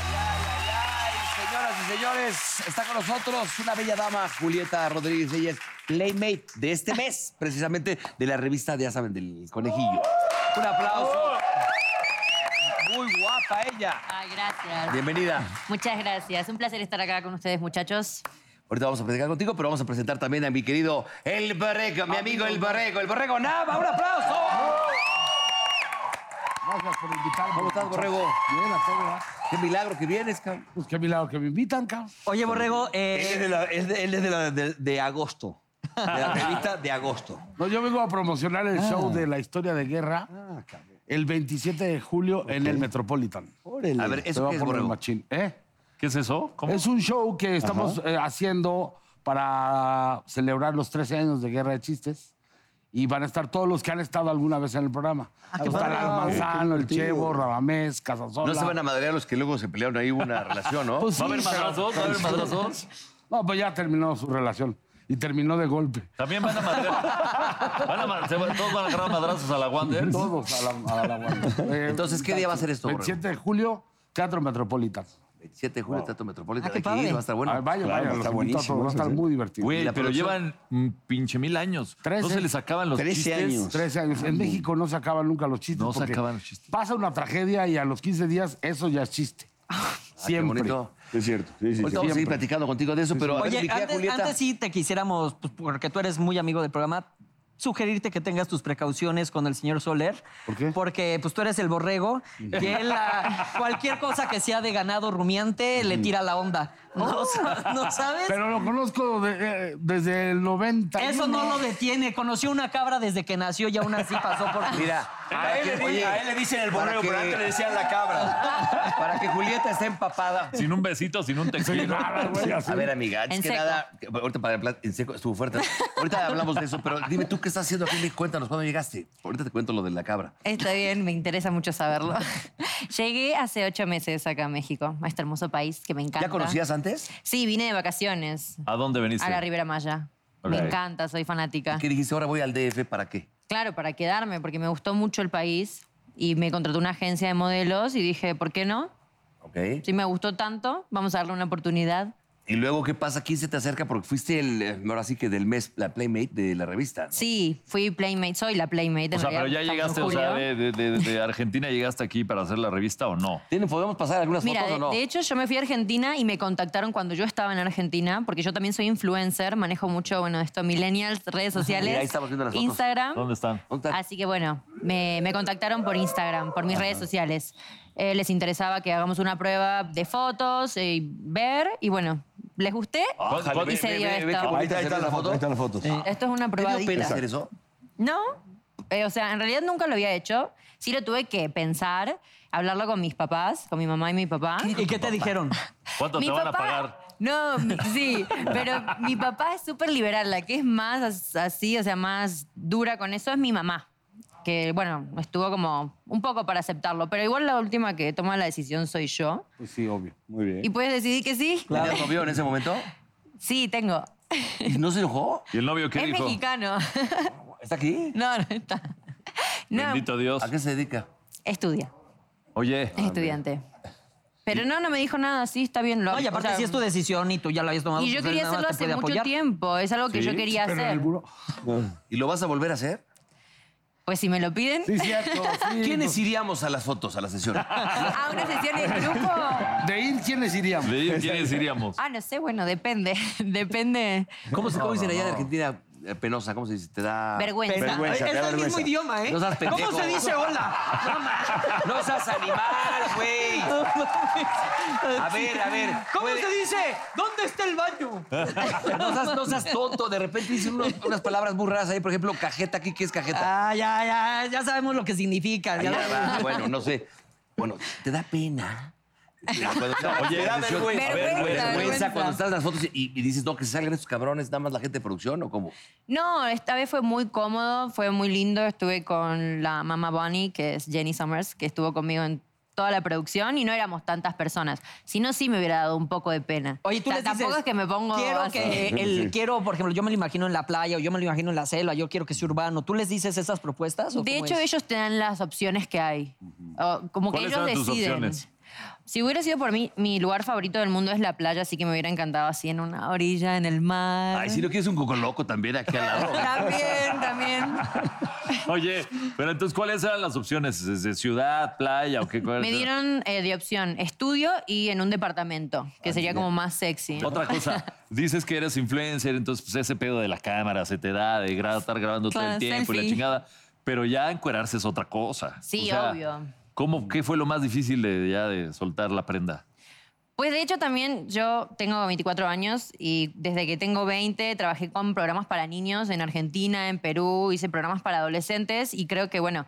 Speaker 4: Ay, Señoras y señores, está con nosotros una bella dama, Julieta Rodríguez. Ella es Playmate de este mes, precisamente de la revista, de, ya saben, del conejillo. Un aplauso. Muy guapa ella.
Speaker 7: Ay, gracias.
Speaker 4: Bienvenida.
Speaker 7: Muchas gracias. Un placer estar acá con ustedes, muchachos.
Speaker 4: Ahorita vamos a platicar contigo, pero vamos a presentar también a mi querido El Borrego, mi amigo El Borrego, El Borrego Nava. ¡Un aplauso!
Speaker 8: Gracias por invitarme.
Speaker 4: ¿Cómo estás, Borrego?
Speaker 8: Bien, a todo, ¿verdad?
Speaker 4: Qué milagro que vienes, cabrón.
Speaker 8: Pues qué milagro que me invitan, cabrón.
Speaker 1: Oye, Borrego,
Speaker 6: Él es
Speaker 1: eh,
Speaker 6: de, la- es de- él es de la- de- de agosto. De la revista de
Speaker 4: (laughs)
Speaker 6: agosto.
Speaker 8: No, yo vengo a promocionar el show de la historia de guerra el 27 de julio en el Metropolitan.
Speaker 6: A ver,
Speaker 8: Te
Speaker 6: eso
Speaker 8: voy
Speaker 6: qué
Speaker 8: a
Speaker 6: es,
Speaker 8: poner
Speaker 6: Borrego.
Speaker 8: machín, ¿eh?
Speaker 2: ¿Qué es eso? ¿Cómo?
Speaker 8: Es un show que estamos eh, haciendo para celebrar los 13 años de Guerra de Chistes. Y van a estar todos los que han estado alguna vez en el programa.
Speaker 4: Ah,
Speaker 8: Está el Manzano, el Chevo, Rabamés, Casasola.
Speaker 4: No se van a madrear los que luego se pelearon ahí hubo una relación, ¿no?
Speaker 8: Pues
Speaker 2: ¿Va a
Speaker 8: sí,
Speaker 2: haber
Speaker 8: pero-
Speaker 2: madrazos? ¿Va a haber madrazos?
Speaker 8: No, pues ya terminó su relación. Y terminó de golpe.
Speaker 2: También van a
Speaker 4: (laughs)
Speaker 2: madrear. Van a ma- se va- todos van a agarrar madrazos a la Wander.
Speaker 8: Todos a la, a la guardia. Eh,
Speaker 4: Entonces, ¿qué día va a ser esto, Borrego?
Speaker 8: 27 de julio, Teatro Metropolitan.
Speaker 4: 27 de julio, Teatro Metropolitano.
Speaker 1: Ah, qué
Speaker 4: Hay que ir,
Speaker 1: padre.
Speaker 4: va a estar
Speaker 8: Bueno,
Speaker 4: bueno.
Speaker 8: vaya,
Speaker 6: claro,
Speaker 8: vaya, los
Speaker 6: está
Speaker 8: invito a todos,
Speaker 6: buenísimo,
Speaker 8: va a estar
Speaker 6: sí.
Speaker 8: muy divertido.
Speaker 2: Güey,
Speaker 4: ¿Y la
Speaker 2: pero
Speaker 4: producción?
Speaker 2: llevan mm, pinche mil años. No
Speaker 8: Trece.
Speaker 2: se les acaban los
Speaker 6: Trece
Speaker 2: chistes.
Speaker 6: años.
Speaker 8: 13 años. En México no se acaban nunca los chistes.
Speaker 2: No se
Speaker 8: porque
Speaker 2: acaban los chistes.
Speaker 8: Pasa una tragedia y a los 15 días eso ya es chiste.
Speaker 4: Ah, Qué
Speaker 8: Siempre.
Speaker 4: bonito.
Speaker 6: Es cierto. Sí, sí,
Speaker 4: Ahorita vamos a seguir platicando contigo de eso, pero a ver, mi
Speaker 1: oye,
Speaker 4: querida
Speaker 1: antes,
Speaker 4: Julieta.
Speaker 1: antes sí te quisiéramos, pues, porque tú eres muy amigo del programa, sugerirte que tengas tus precauciones con el señor Soler.
Speaker 8: ¿Por qué?
Speaker 1: Porque pues tú eres el ah, borrego y él a cualquier cosa que sea de ganado rumiante le tira la onda.
Speaker 7: Oh.
Speaker 1: No, sa- no sabes.
Speaker 8: Pero lo conozco de- eh, desde el 90.
Speaker 1: Eso no lo detiene. Conoció una cabra desde que nació y aún así pasó por.
Speaker 4: Mira,
Speaker 3: A él, le, di- a él le dicen el borrego,
Speaker 4: que-
Speaker 3: pero antes le decían la cabra.
Speaker 4: (laughs) para que Julieta esté empapada.
Speaker 2: Sin un besito, sin
Speaker 4: (laughs)
Speaker 2: un tequila.
Speaker 8: Ah,
Speaker 4: A ver, amiga, antes
Speaker 7: En
Speaker 4: que
Speaker 7: seco.
Speaker 4: nada, que- ahorita para el plat- en seco estuvo fuerte. Ahorita hablamos de eso, pero dime tú qué estás haciendo aquí, Nick? cuéntanos cuándo llegaste. Ahorita te cuento lo de la cabra.
Speaker 7: Está bien, me interesa mucho saberlo. (laughs) Llegué hace ocho meses acá a México, a este hermoso país que me encanta.
Speaker 4: ¿Ya conocías antes?
Speaker 7: Sí, vine de vacaciones
Speaker 2: ¿A dónde veniste?
Speaker 7: a la Ribera Maya.
Speaker 2: Ok.
Speaker 7: Me encanta, soy fanática.
Speaker 4: ¿Qué dijiste? Ahora voy al DF, ¿para qué?
Speaker 7: Claro, para quedarme, porque me gustó mucho el país y me contrató una agencia de modelos y dije, ¿por qué no?
Speaker 4: ¿Ok?
Speaker 7: Si me gustó tanto, vamos a darle una oportunidad.
Speaker 4: Y luego, ¿qué pasa? ¿Quién se te acerca? Porque fuiste el, eh, ahora sí que del mes, la Playmate de la revista. ¿no?
Speaker 7: Sí, fui Playmate, soy la Playmate.
Speaker 2: O
Speaker 7: en
Speaker 2: sea,
Speaker 7: realidad,
Speaker 2: pero ya
Speaker 7: estamos en
Speaker 2: llegaste, o sea,
Speaker 7: julio.
Speaker 2: de, de- de- de Argentina llegaste aquí para hacer la revista o no.
Speaker 4: ¿Tienen, ¿Podemos pasar algunas
Speaker 7: Mira,
Speaker 4: fotos
Speaker 7: de,
Speaker 4: o no?
Speaker 7: de hecho yo me fui a Argentina y me contactaron cuando yo estaba en Argentina, porque yo también soy influencer, manejo mucho, bueno, esto, millennials,
Speaker 4: (laughs)
Speaker 7: redes sociales,
Speaker 4: Mira, ahí estamos viendo las fotos.
Speaker 7: Instagram.
Speaker 2: ¿Dónde están?
Speaker 4: ¿Dónde está?
Speaker 7: Así que bueno, me, me contactaron por Instagram, por mis redes sociales. Eh, les interesaba que hagamos una prueba de fotos y ver, y bueno, les gusté.
Speaker 2: ¿Cuál-
Speaker 4: Ájale,
Speaker 2: cuál-
Speaker 4: Ah, ve,
Speaker 7: y se
Speaker 4: ve,
Speaker 7: dio
Speaker 4: ve, ve
Speaker 7: esto.
Speaker 4: qué
Speaker 7: Ahí
Speaker 4: bonita
Speaker 6: está, ahí
Speaker 4: se
Speaker 6: está
Speaker 4: ve
Speaker 6: la foto. Ahí están las fotos.
Speaker 7: Esto es una
Speaker 4: ¿Te dio pena
Speaker 7: probadita.
Speaker 4: hacer eso?
Speaker 7: No, eh, o sea, en realidad nunca lo había hecho. Sí lo tuve que pensar, hablarlo con mis papás, con mi mamá y mi papá.
Speaker 1: ¿Y qué te dijeron?
Speaker 2: ¿Cuánto
Speaker 7: Mi
Speaker 2: te van a
Speaker 7: papá-
Speaker 2: pagar?
Speaker 7: No, mi- sí, pero mi papá es súper liberal. La que es más as- así, o sea, más dura con eso es mi mamá. Que, bueno, estuvo como un poco para aceptarlo. Pero igual la última que toma la decisión soy yo.
Speaker 8: Pues sí, obvio.
Speaker 6: Muy bien.
Speaker 7: Y puedes decidir que sí.
Speaker 4: ¿Tenías novio en ese momento?
Speaker 7: Sí, tengo.
Speaker 4: ¿Y no se enojó?
Speaker 2: ¿Y el novio qué
Speaker 7: es
Speaker 2: dijo?
Speaker 7: mexicano. (laughs)
Speaker 4: ¿Está aquí?
Speaker 7: No, no está. No,
Speaker 2: Bendito Dios.
Speaker 4: ¿A qué se dedica?
Speaker 7: estudia.
Speaker 2: Oye,
Speaker 7: Es estudiante. Pero no, no me dijo nada. Sí, está bien. Lo,
Speaker 1: No, y aparte,
Speaker 7: o sea,
Speaker 1: si es tu decisión y tú ya la habías tomado.
Speaker 7: Y yo
Speaker 1: pues, él
Speaker 7: quería
Speaker 1: nada más
Speaker 7: hacerlo hace
Speaker 1: te puede
Speaker 7: mucho
Speaker 1: apoyar.
Speaker 7: tiempo. Es algo que yo
Speaker 2: Sí,
Speaker 7: quería
Speaker 8: Pero en el
Speaker 7: hacer.
Speaker 8: buró.
Speaker 4: ¿Y lo vas a volver a hacer?
Speaker 7: Pues si me lo piden. (laughs)
Speaker 8: Sí, cierto. sí.
Speaker 4: ¿Quiénes iríamos a las fotos, a la sesión?
Speaker 7: Ah, una sesión en grupo.
Speaker 8: ¿De ir quiénes iríamos?
Speaker 2: ¿de ir
Speaker 4: (laughs)
Speaker 2: quiénes iríamos?
Speaker 7: Ah, no sé, bueno, depende. (laughs) depende.
Speaker 4: (laughs) ¿Cómo, se- cómo dicen allá de Argentina? eh, Penosa, ¿cómo se dice? Te da...
Speaker 7: Vergüenza.
Speaker 6: Vergüenza,
Speaker 1: Es
Speaker 6: te da
Speaker 1: el mismo
Speaker 6: vergüenza.
Speaker 1: idioma, ¿eh?
Speaker 4: No seas pendejo.
Speaker 1: ¿Cómo se dice hola? No mames.
Speaker 4: No seas animal,
Speaker 1: (laughs)
Speaker 4: güey. A ver, a ver.
Speaker 1: ¿Cómo
Speaker 4: puede-
Speaker 1: se dice? ¿Dónde está el baño?
Speaker 4: No seas, no seas tonto. De repente dicen unos- unas palabras muy raras ahí. Por ejemplo, cajeta. ¿Aquí qué es cajeta?
Speaker 1: Ah, ya, ya, ya sabemos lo que significa. ya
Speaker 4: Ya
Speaker 1: lo-
Speaker 4: (laughs) va, bueno, no sé. Bueno, te da pena. Cuando te
Speaker 2: Oye,
Speaker 3: Te da
Speaker 2: es-
Speaker 3: vergüenza.
Speaker 7: Vergüenza.
Speaker 3: A ver, güey.
Speaker 4: vergüenza
Speaker 7: vergüenza.
Speaker 4: cuando estás en las fotos y, y dices, no, que se salgan estos cabrones, nada más la gente de producción o cómo.
Speaker 7: No, esta vez fue muy cómodo, fue muy lindo. Estuve con la mamá Bonnie, que es Jenny Summers, que estuvo conmigo en toda la producción y no éramos tantas personas. Si no, sí me hubiera dado un poco de pena.
Speaker 1: Oye, tú
Speaker 7: O sea,
Speaker 1: les dices,
Speaker 7: Tampoco es que me pongo
Speaker 1: Quiero
Speaker 7: así. (laughs)
Speaker 1: que el, quiero, por ejemplo, yo me lo imagino en la playa o yo me lo imagino en la selva, yo quiero que sea urbano. ¿Tú les dices esas propuestas? o
Speaker 7: De
Speaker 1: cómo
Speaker 7: hecho,
Speaker 1: es?
Speaker 7: ellos te dan las opciones que hay. O como que
Speaker 2: ¿Cuáles
Speaker 7: ellos
Speaker 2: eran tus
Speaker 7: deciden.
Speaker 2: opciones?
Speaker 7: Si hubiera sido por mí, mi lugar favorito del mundo es la playa, así que me hubiera encantado así en una orilla, en el mar.
Speaker 4: Ay, si no quieres un coco loco también aquí al
Speaker 7: (laughs)
Speaker 4: lado.
Speaker 7: También,
Speaker 2: (laughs)
Speaker 7: también.
Speaker 2: Oye, pero entonces, ¿cuáles eran las opciones? ¿Desde ciudad, playa o qué? ¿Cuál
Speaker 7: Me
Speaker 2: era?
Speaker 7: dieron eh, de opción estudio y en un departamento, que sería como más sexy.
Speaker 2: Otra cosa, dices que eres influencer, entonces pues, ese pedo de la cámara se te da, de gra- estar grabando todo el
Speaker 7: Claro,
Speaker 2: tiempo y la
Speaker 7: selfie.
Speaker 2: chingada. Pero ya encuerarse es otra cosa.
Speaker 7: Sí, obvio.
Speaker 2: ¿cómo, ¿Qué fue lo más difícil de, ya de soltar la prenda?
Speaker 7: Pues de hecho también yo tengo 24 años y desde que tengo 20 trabajé con programas para niños en Argentina, en Perú, hice programas para adolescentes y creo que bueno,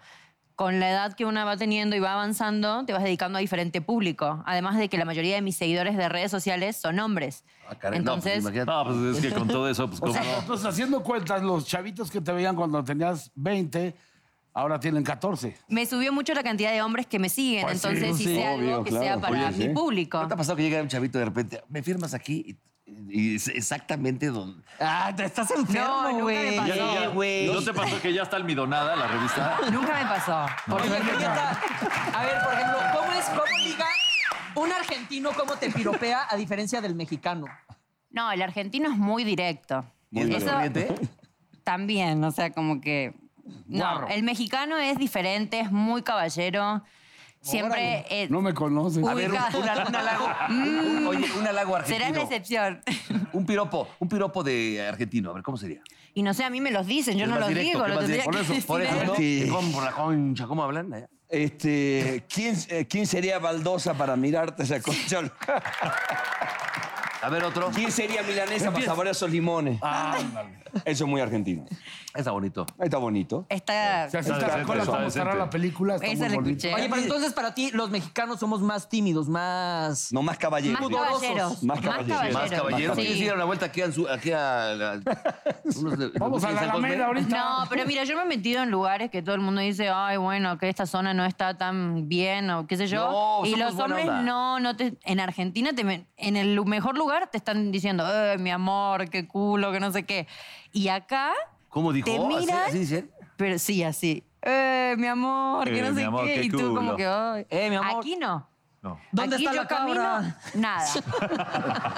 Speaker 7: con la edad que una va teniendo y va avanzando, te vas dedicando a diferente público. Además de que la mayoría de mis seguidores de redes sociales son hombres.
Speaker 4: Ah, caray, no, pues,
Speaker 7: Entonces,
Speaker 4: imagínate.
Speaker 2: No, pues es que con todo eso,
Speaker 7: (laughs)
Speaker 2: pues
Speaker 8: O
Speaker 2: cómo
Speaker 8: sea,
Speaker 2: no.
Speaker 8: entonces, haciendo cuentas, los chavitos que te veían cuando tenías 20, ahora tienen 14.
Speaker 7: me subió mucho la cantidad de hombres que me siguen.
Speaker 8: Pues sí,
Speaker 7: Entonces
Speaker 8: sí,
Speaker 7: hice algo
Speaker 6: obvio,
Speaker 7: que
Speaker 6: claro.
Speaker 7: sea para
Speaker 6: Oye,
Speaker 7: mi
Speaker 6: sí.
Speaker 7: público.
Speaker 4: ¿No te ha pasado que llega un chavito de repente, me firmas aquí y, y es exactamente donde.
Speaker 1: Ah, te estás enfermo,
Speaker 7: nunca
Speaker 1: güey.
Speaker 7: me pasó.
Speaker 1: Sí,
Speaker 7: Ya,
Speaker 1: güey.
Speaker 2: ¿No te pasó que ya está almidonada
Speaker 7: (laughs)
Speaker 2: la revista?
Speaker 7: Nunca me pasó.
Speaker 1: Oye, Julieta, a ver, por ejemplo, ¿cómo es, cómo liga un argentino cómo te piropea a diferencia del mexicano?
Speaker 7: No, el argentino es muy directo.
Speaker 4: ¿Y el
Speaker 7: Eso-
Speaker 4: corriente?
Speaker 7: También, o sea, como que. No, el mexicano es diferente, es muy caballero. Siempre. eh,
Speaker 8: No me conoces.
Speaker 4: A ver, un,
Speaker 7: ubica-
Speaker 4: un
Speaker 7: (laughs)
Speaker 4: hal- (laughs) un halago. un- oye, un halago
Speaker 7: Serás Mm. la
Speaker 4: argentino.
Speaker 7: excepción. (laughs)
Speaker 4: Un piropo, un piropo de argentino. A ver, ¿cómo sería?
Speaker 7: Y no sé, a mí me los dicen, yo
Speaker 4: Es
Speaker 7: no
Speaker 4: más
Speaker 7: los
Speaker 4: directo,
Speaker 7: digo.
Speaker 4: es
Speaker 7: Lo
Speaker 4: más
Speaker 7: tendría
Speaker 4: directo.
Speaker 7: que
Speaker 4: Por eso, por eso,
Speaker 7: decir
Speaker 4: ¿no?
Speaker 6: Sí.
Speaker 4: Te como por la concha, ¿cómo hablan? Eh, allá?
Speaker 6: Este, ¿quién, eh, quién sería baldosa para mirarte esa concha?
Speaker 4: A ver, otro.
Speaker 6: ¿Quién sería milanesa para saborear esos limones?
Speaker 4: Ah,
Speaker 6: Eso es muy argentino.
Speaker 4: Está bonito.
Speaker 6: Ahí está bonito.
Speaker 7: Está.
Speaker 8: Si así está
Speaker 2: Está
Speaker 8: la
Speaker 2: decente,
Speaker 8: cola,
Speaker 2: está
Speaker 8: cómo cerrar
Speaker 2: decente.
Speaker 8: la película, está
Speaker 7: Esa
Speaker 8: muy
Speaker 7: la
Speaker 8: bonito.
Speaker 6: Eh,
Speaker 7: escuché.
Speaker 1: Oye, pero entonces para ti los mexicanos somos más tímidos, más...
Speaker 6: No más caballeros.
Speaker 7: Más caballeros.
Speaker 6: Más caballeros.
Speaker 4: Más
Speaker 6: Pero-
Speaker 4: caballeros.
Speaker 7: Sí.
Speaker 4: ¿Quieres ir a una vuelta aquí a... Su, aquí a la- unos de-
Speaker 8: Vamos a la
Speaker 4: San Cosme?
Speaker 8: Alameda ahorita.
Speaker 7: No, pero mira, yo me he metido en lugares que todo el mundo dice, ay, bueno, que esta zona no está tan bien o qué sé yo.
Speaker 4: No,
Speaker 7: y
Speaker 4: somos
Speaker 7: los
Speaker 4: buena
Speaker 7: hombres
Speaker 4: onda.
Speaker 7: no, no te, en Argentina, te men- en el lu- mejor lugar te están diciendo, ay, mi amor, qué culo, que no sé qué. Y acá,
Speaker 4: ¿Cómo dijo?
Speaker 7: Te
Speaker 4: ¿Así-
Speaker 7: miran.
Speaker 4: ¿Así, dicen?
Speaker 7: pero sí, así. "Eh, mi amor, que
Speaker 2: Eh,
Speaker 7: no
Speaker 2: mi
Speaker 7: sé
Speaker 2: amor,
Speaker 7: qué.
Speaker 2: qué
Speaker 7: y tú
Speaker 2: culo.
Speaker 7: como que, ay.
Speaker 1: Eh, mi amor.
Speaker 7: Aquí no.
Speaker 2: No.
Speaker 1: ¿Dónde
Speaker 7: Aquí
Speaker 1: está
Speaker 7: yo
Speaker 1: la
Speaker 7: camino,
Speaker 1: cabra? (laughs)
Speaker 7: nada.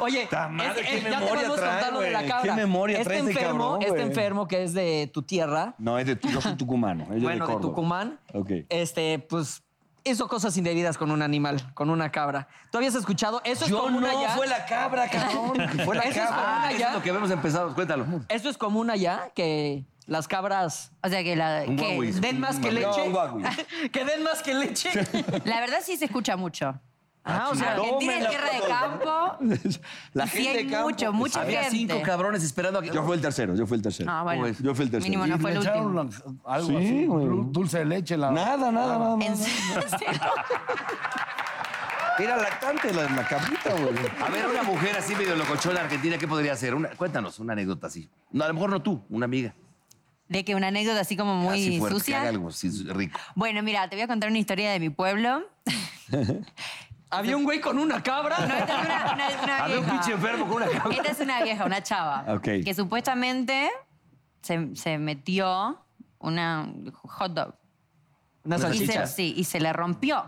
Speaker 1: Oye,
Speaker 6: Ta madre,
Speaker 1: es-
Speaker 6: qué
Speaker 1: eh, ya te
Speaker 6: memoria
Speaker 1: podemos
Speaker 6: trae,
Speaker 1: contar lo de la
Speaker 6: güey.
Speaker 1: cabra.
Speaker 6: Qué memoria
Speaker 1: este
Speaker 6: trae este
Speaker 1: enfermo,
Speaker 6: cabrón,
Speaker 1: Este
Speaker 6: güey.
Speaker 1: enfermo que es de tu tierra,
Speaker 6: No, es de, yo soy tucumano. ella es
Speaker 1: bueno, de,
Speaker 6: Córdoba.
Speaker 1: Tucumán,
Speaker 6: Ok.
Speaker 1: este, pues hizo cosas indebidas con un animal, con una cabra. ¿Tú habías escuchado? Eso es
Speaker 6: Yo
Speaker 1: común
Speaker 6: no,
Speaker 1: allá.
Speaker 6: fue la
Speaker 1: (laughs)
Speaker 6: cabra, cabrón. Fue la
Speaker 1: Eso es
Speaker 6: cabra.
Speaker 1: común
Speaker 4: Ah, eso
Speaker 1: allá.
Speaker 4: es lo que habíamos empezado. Cuéntalo.
Speaker 1: Eso es común allá, que las cabras
Speaker 7: O sea que la.
Speaker 4: Un
Speaker 7: que-
Speaker 4: Huawei.
Speaker 1: den más que
Speaker 4: No,
Speaker 1: leche.
Speaker 6: un guagui.
Speaker 1: (laughs) que den más que leche.
Speaker 7: la verdad sí se escucha mucho.
Speaker 1: Ah, o sea,
Speaker 7: Argentina es tierra de campo.
Speaker 6: La
Speaker 7: y sí
Speaker 6: gente
Speaker 7: hay
Speaker 6: de campo,
Speaker 7: mucho,
Speaker 6: pues,
Speaker 7: mucha
Speaker 4: Había
Speaker 7: gente.
Speaker 4: cinco cabrones esperando a que...
Speaker 6: Yo fui el tercero, yo fui el tercero.
Speaker 7: Ah, bueno.
Speaker 4: Pues,
Speaker 6: Yo fui el tercero.
Speaker 7: Mínimo no
Speaker 8: Y
Speaker 7: fue
Speaker 8: le
Speaker 7: el
Speaker 8: echaron
Speaker 7: último.
Speaker 8: la- algo
Speaker 6: Sí,
Speaker 8: así,
Speaker 6: güey.
Speaker 8: dul- dulce de leche. La...
Speaker 6: Nada,
Speaker 1: Ah.
Speaker 6: nada, nada.
Speaker 7: (laughs) En serio.
Speaker 6: Era lactante la, la cabrita, güey.
Speaker 4: A ver, una mujer así medio locochona argentina, ¿qué podría hacer? Una- cuéntanos una anécdota así. No, a lo mejor no tú, una amiga.
Speaker 7: De que una anécdota así como muy
Speaker 4: así fuerte, que haga
Speaker 7: sucia.
Speaker 4: algo así rico.
Speaker 7: Bueno, mira, te voy a contar una historia de mi pueblo. (laughs)
Speaker 1: Había un güey con una cabra.
Speaker 7: No,
Speaker 4: (laughs)
Speaker 7: esta es una, una- una
Speaker 4: Había un
Speaker 7: vieja.
Speaker 4: pinche
Speaker 7: (laughs)
Speaker 4: enfermo con una cabra.
Speaker 7: Esta es una vieja, una chava.
Speaker 6: Ok.
Speaker 7: Que supuestamente se, se metió una hot dog.
Speaker 1: Una
Speaker 7: Y se,
Speaker 1: salchicha.
Speaker 7: sí, y se le rompió.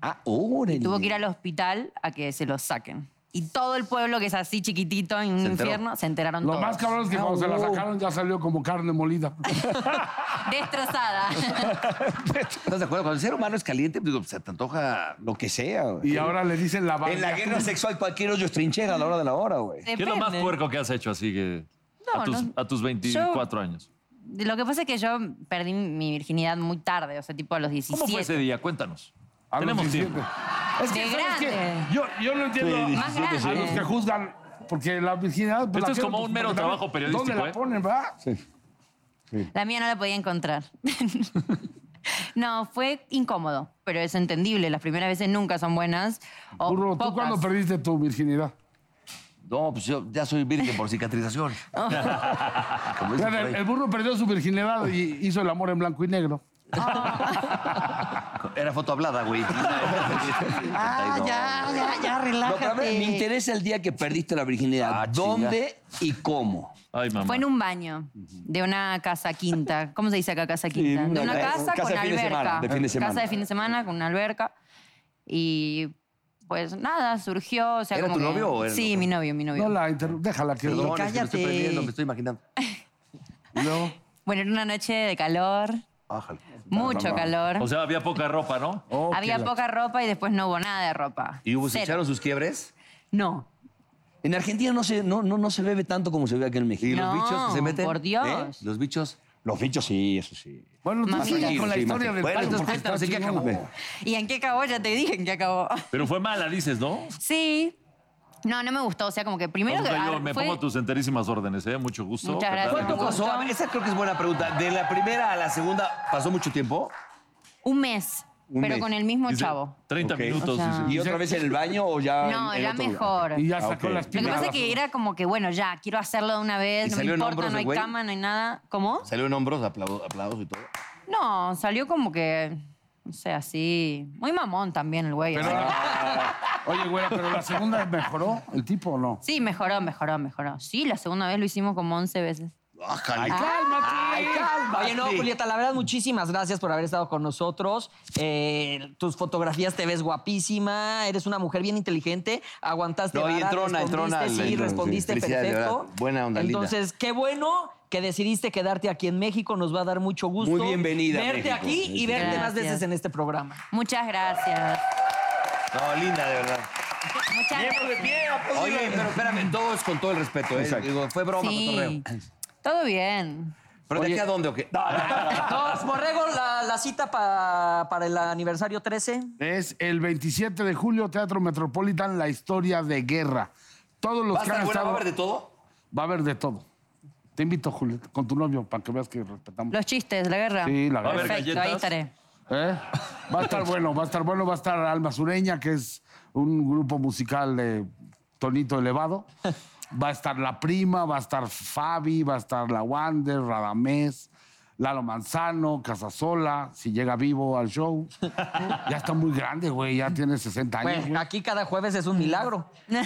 Speaker 6: Ah, órale.
Speaker 7: Tuvo que ir al hospital a que se lo saquen. Y todo el pueblo que es así chiquitito en un
Speaker 4: Se enteró.
Speaker 7: infierno se enteraron
Speaker 8: Lo
Speaker 7: todos.
Speaker 8: más cabrón
Speaker 7: Ah,
Speaker 8: es que cuando se la sacaron ya salió como carne molida.
Speaker 7: (laughs) Destrozada.
Speaker 4: ¿Estás de acuerdo? Cuando el ser humano es caliente,
Speaker 6: pues,
Speaker 4: digo, se te antoja...
Speaker 6: Lo que sea, güey.
Speaker 8: Y ahora le dicen la
Speaker 6: En la
Speaker 8: vaca.
Speaker 6: guerra sexual cualquier hoyo es trinchera a la hora de la hora, güey.
Speaker 2: ¿Qué es lo más
Speaker 7: Depende.
Speaker 2: puerco que has hecho así que
Speaker 7: No,
Speaker 2: a, tus,
Speaker 7: no.
Speaker 2: a tus 24
Speaker 7: Yo-
Speaker 2: años?
Speaker 7: Lo que pasa es que yo perdí mi virginidad muy tarde, o sea, tipo a los 17.
Speaker 2: ¿Cómo fue ese día? Cuéntanos.
Speaker 8: A los
Speaker 2: Tenemos
Speaker 8: 17.
Speaker 2: tiempo.
Speaker 8: Es que,
Speaker 7: De
Speaker 8: ¿sabes qué?
Speaker 7: grande.
Speaker 8: Yo, yo no entiendo
Speaker 7: Más grande.
Speaker 8: a los que juzgan, porque la virginidad... pues,
Speaker 2: Esto
Speaker 8: la
Speaker 2: es
Speaker 8: quieren,
Speaker 2: como
Speaker 8: pues,
Speaker 2: un mero
Speaker 8: porque
Speaker 2: trabajo
Speaker 8: también,
Speaker 2: periodístico,
Speaker 8: ¿Dónde
Speaker 2: ¿eh?
Speaker 8: la ponen, va?
Speaker 7: La mía no la podía encontrar. (laughs) no, fue incómodo, pero es entendible. Las primeras veces nunca son buenas. O
Speaker 8: Burro, ¿tú
Speaker 7: Oh, pocas.
Speaker 8: cuándo perdiste tu virginidad?
Speaker 4: (laughs) No, pues yo ya soy virgen por cicatrización. Como dicen por
Speaker 8: Mira,
Speaker 4: ahí.
Speaker 8: el, el burro perdió su virginidad y hizo el amor en blanco y negro.
Speaker 4: Era foto hablada,
Speaker 6: (laughs)
Speaker 4: güey. ah, ya.
Speaker 6: No, pero a ver, me interesa el día que perdiste la virginidad.
Speaker 4: Ah, chinga.
Speaker 6: ¿Dónde y cómo?
Speaker 2: Ay, mamá.
Speaker 7: Fue en un baño de una casa quinta. ¿Cómo se dice acá casa quinta?
Speaker 6: una
Speaker 7: de una
Speaker 6: ca-
Speaker 7: casa,
Speaker 6: casa
Speaker 7: con
Speaker 6: de fin de
Speaker 7: alberca.
Speaker 6: semana, de fin de semana.
Speaker 7: Casa de fin de semana con una alberca. Y pues nada, surgió. O sea,
Speaker 4: ¿Era
Speaker 7: como
Speaker 4: tu
Speaker 7: que-
Speaker 4: novio o era
Speaker 7: Sí,
Speaker 4: otro?
Speaker 7: mi novio, mi novio.
Speaker 8: No la interrumpa, déjala que...
Speaker 4: Perdón, es que me
Speaker 1: cállate.
Speaker 4: estoy perdiendo, me estoy imaginando.
Speaker 8: No.
Speaker 7: Bueno, era una noche de calor,
Speaker 4: Ájale.
Speaker 7: mucho calor.
Speaker 2: O sea, había poca ropa, ¿no?
Speaker 8: Oh,
Speaker 7: Había
Speaker 8: que la-
Speaker 7: poca ropa y después no hubo nada de ropa.
Speaker 4: ¿Y hubo, se
Speaker 7: Cero.
Speaker 4: echaron sus quiebres?
Speaker 7: No.
Speaker 6: En Argentina no se, no, no, no se bebe tanto como se bebe aquí en México.
Speaker 4: ¿Y los
Speaker 7: No,
Speaker 4: bichos que se meten?
Speaker 7: por Dios.
Speaker 4: ¿Eh? ¿Los bichos?
Speaker 6: Los bichos sí, eso sí.
Speaker 8: Bueno, tú
Speaker 7: Mamita.
Speaker 8: sigue con la
Speaker 6: Sí,
Speaker 8: historia
Speaker 6: mamita.
Speaker 8: del
Speaker 4: Bueno, pues,
Speaker 8: palo,
Speaker 4: entonces
Speaker 8: porque está
Speaker 4: cuéntanos en qué
Speaker 8: chingón.
Speaker 4: acabó.
Speaker 7: ¿Y en qué acabó? Ya te dije en qué acabó. (laughs)
Speaker 2: Pero fue mala, dices, ¿no?
Speaker 7: Sí. No, no me gustó. O sea, como que primero...
Speaker 2: Vamos,
Speaker 7: que-
Speaker 2: yo
Speaker 7: a-
Speaker 2: me
Speaker 7: fue-
Speaker 2: pongo tus enterísimas órdenes, ¿eh? Mucho gusto.
Speaker 7: Muchas
Speaker 2: ¿Qué
Speaker 7: gracias.
Speaker 2: tal?
Speaker 4: ¿Cuánto
Speaker 7: Gusto.
Speaker 4: pasó? A ver, esa creo que es buena pregunta. De la primera a la segunda, ¿pasó mucho tiempo?
Speaker 7: Un mes,
Speaker 6: Un
Speaker 7: pero
Speaker 6: mes.
Speaker 7: con el mismo
Speaker 2: Dice,
Speaker 7: chavo.
Speaker 2: 30
Speaker 6: Ok.
Speaker 2: minutos.
Speaker 7: O sea,
Speaker 2: dice.
Speaker 6: ¿Y otra vez en el baño o ya
Speaker 7: No,
Speaker 6: en, en
Speaker 7: era
Speaker 6: otro lugar?
Speaker 7: mejor.
Speaker 8: Y ya
Speaker 6: Ah,
Speaker 8: sacó
Speaker 6: ok.
Speaker 8: las
Speaker 7: Lo que
Speaker 8: pilas.
Speaker 7: pasa es que era como que, bueno, ya, quiero hacerlo de una
Speaker 4: ¿Y
Speaker 7: vez, no me
Speaker 4: salió en
Speaker 7: importa,
Speaker 4: hombros
Speaker 7: no
Speaker 4: el
Speaker 7: hay
Speaker 4: güey?
Speaker 7: cama, no hay nada. ¿Cómo?
Speaker 4: Salió en hombros, aplaudo, aplausos y todo.
Speaker 7: No, salió como que, no sé, así... Muy mamón también el güey.
Speaker 8: Pero-
Speaker 7: así.
Speaker 8: Oye, güey, pero la segunda mejoró el tipo o no?
Speaker 7: Sí, mejoró, mejoró, mejoró. Sí, la segunda vez lo hicimos como 11 veces.
Speaker 6: Ah,
Speaker 4: Ájale.
Speaker 1: Oye, no, Julieta, la verdad, muchísimas gracias por haber estado con nosotros. Eh, tus fotografías te ves guapísima, eres una mujer bien inteligente, aguantaste
Speaker 4: No, y
Speaker 1: vara,
Speaker 4: entrona,
Speaker 1: respondiste,
Speaker 4: entrona,
Speaker 1: sí,
Speaker 4: entrona, sí.
Speaker 1: respondiste
Speaker 4: Felicidades, de
Speaker 1: perfecto.
Speaker 4: verdad. Buena onda, linda.
Speaker 1: Entonces, qué bueno que decidiste quedarte aquí en México, nos va a dar mucho gusto.
Speaker 6: Muy bienvenida a
Speaker 1: Verte
Speaker 6: México.
Speaker 1: aquí y verte más
Speaker 7: Gracias.
Speaker 1: veces en este programa.
Speaker 7: Muchas gracias.
Speaker 4: No, linda, de verdad.
Speaker 7: Muchas gracias.
Speaker 4: Oye, pero espérame, todo es con todo el respeto, ¿eh?
Speaker 6: Exacto.
Speaker 4: Digo, fue broma,
Speaker 7: Sí.
Speaker 4: cotorreo.
Speaker 7: Todo bien.
Speaker 4: ¿Pero de aquí a dónde o qué?
Speaker 1: Nos borrego la, la cita pa- para el aniversario 13.
Speaker 8: Es el 27 de julio, Teatro Metropolitan, La Historia de Guerra. Todos los
Speaker 4: ¿Va a
Speaker 8: que han
Speaker 4: estar buena?
Speaker 8: estado.
Speaker 4: ¿Va a haber de todo?
Speaker 8: Va a haber de todo. Te invito, Julio, con tu novio, para que veas que respetamos.
Speaker 7: Los chistes, la guerra.
Speaker 8: Sí, la
Speaker 2: Va a haber
Speaker 8: verdad.
Speaker 7: Perfecto,
Speaker 2: galletas.
Speaker 7: ahí estaré.
Speaker 8: ¿Eh? Va a estar bueno, va a estar bueno, va a estar Alma Sureña, que es un grupo musical de tonito elevado. Va a estar La Prima, va a estar Fabi, va a estar La Wander, Radamés, Lalo Manzano, Casasola, si llega vivo al show. Ya está muy grande, güey, ya tiene 60 años.
Speaker 1: Bueno,
Speaker 8: güey.
Speaker 1: aquí cada jueves es un milagro.
Speaker 3: Pues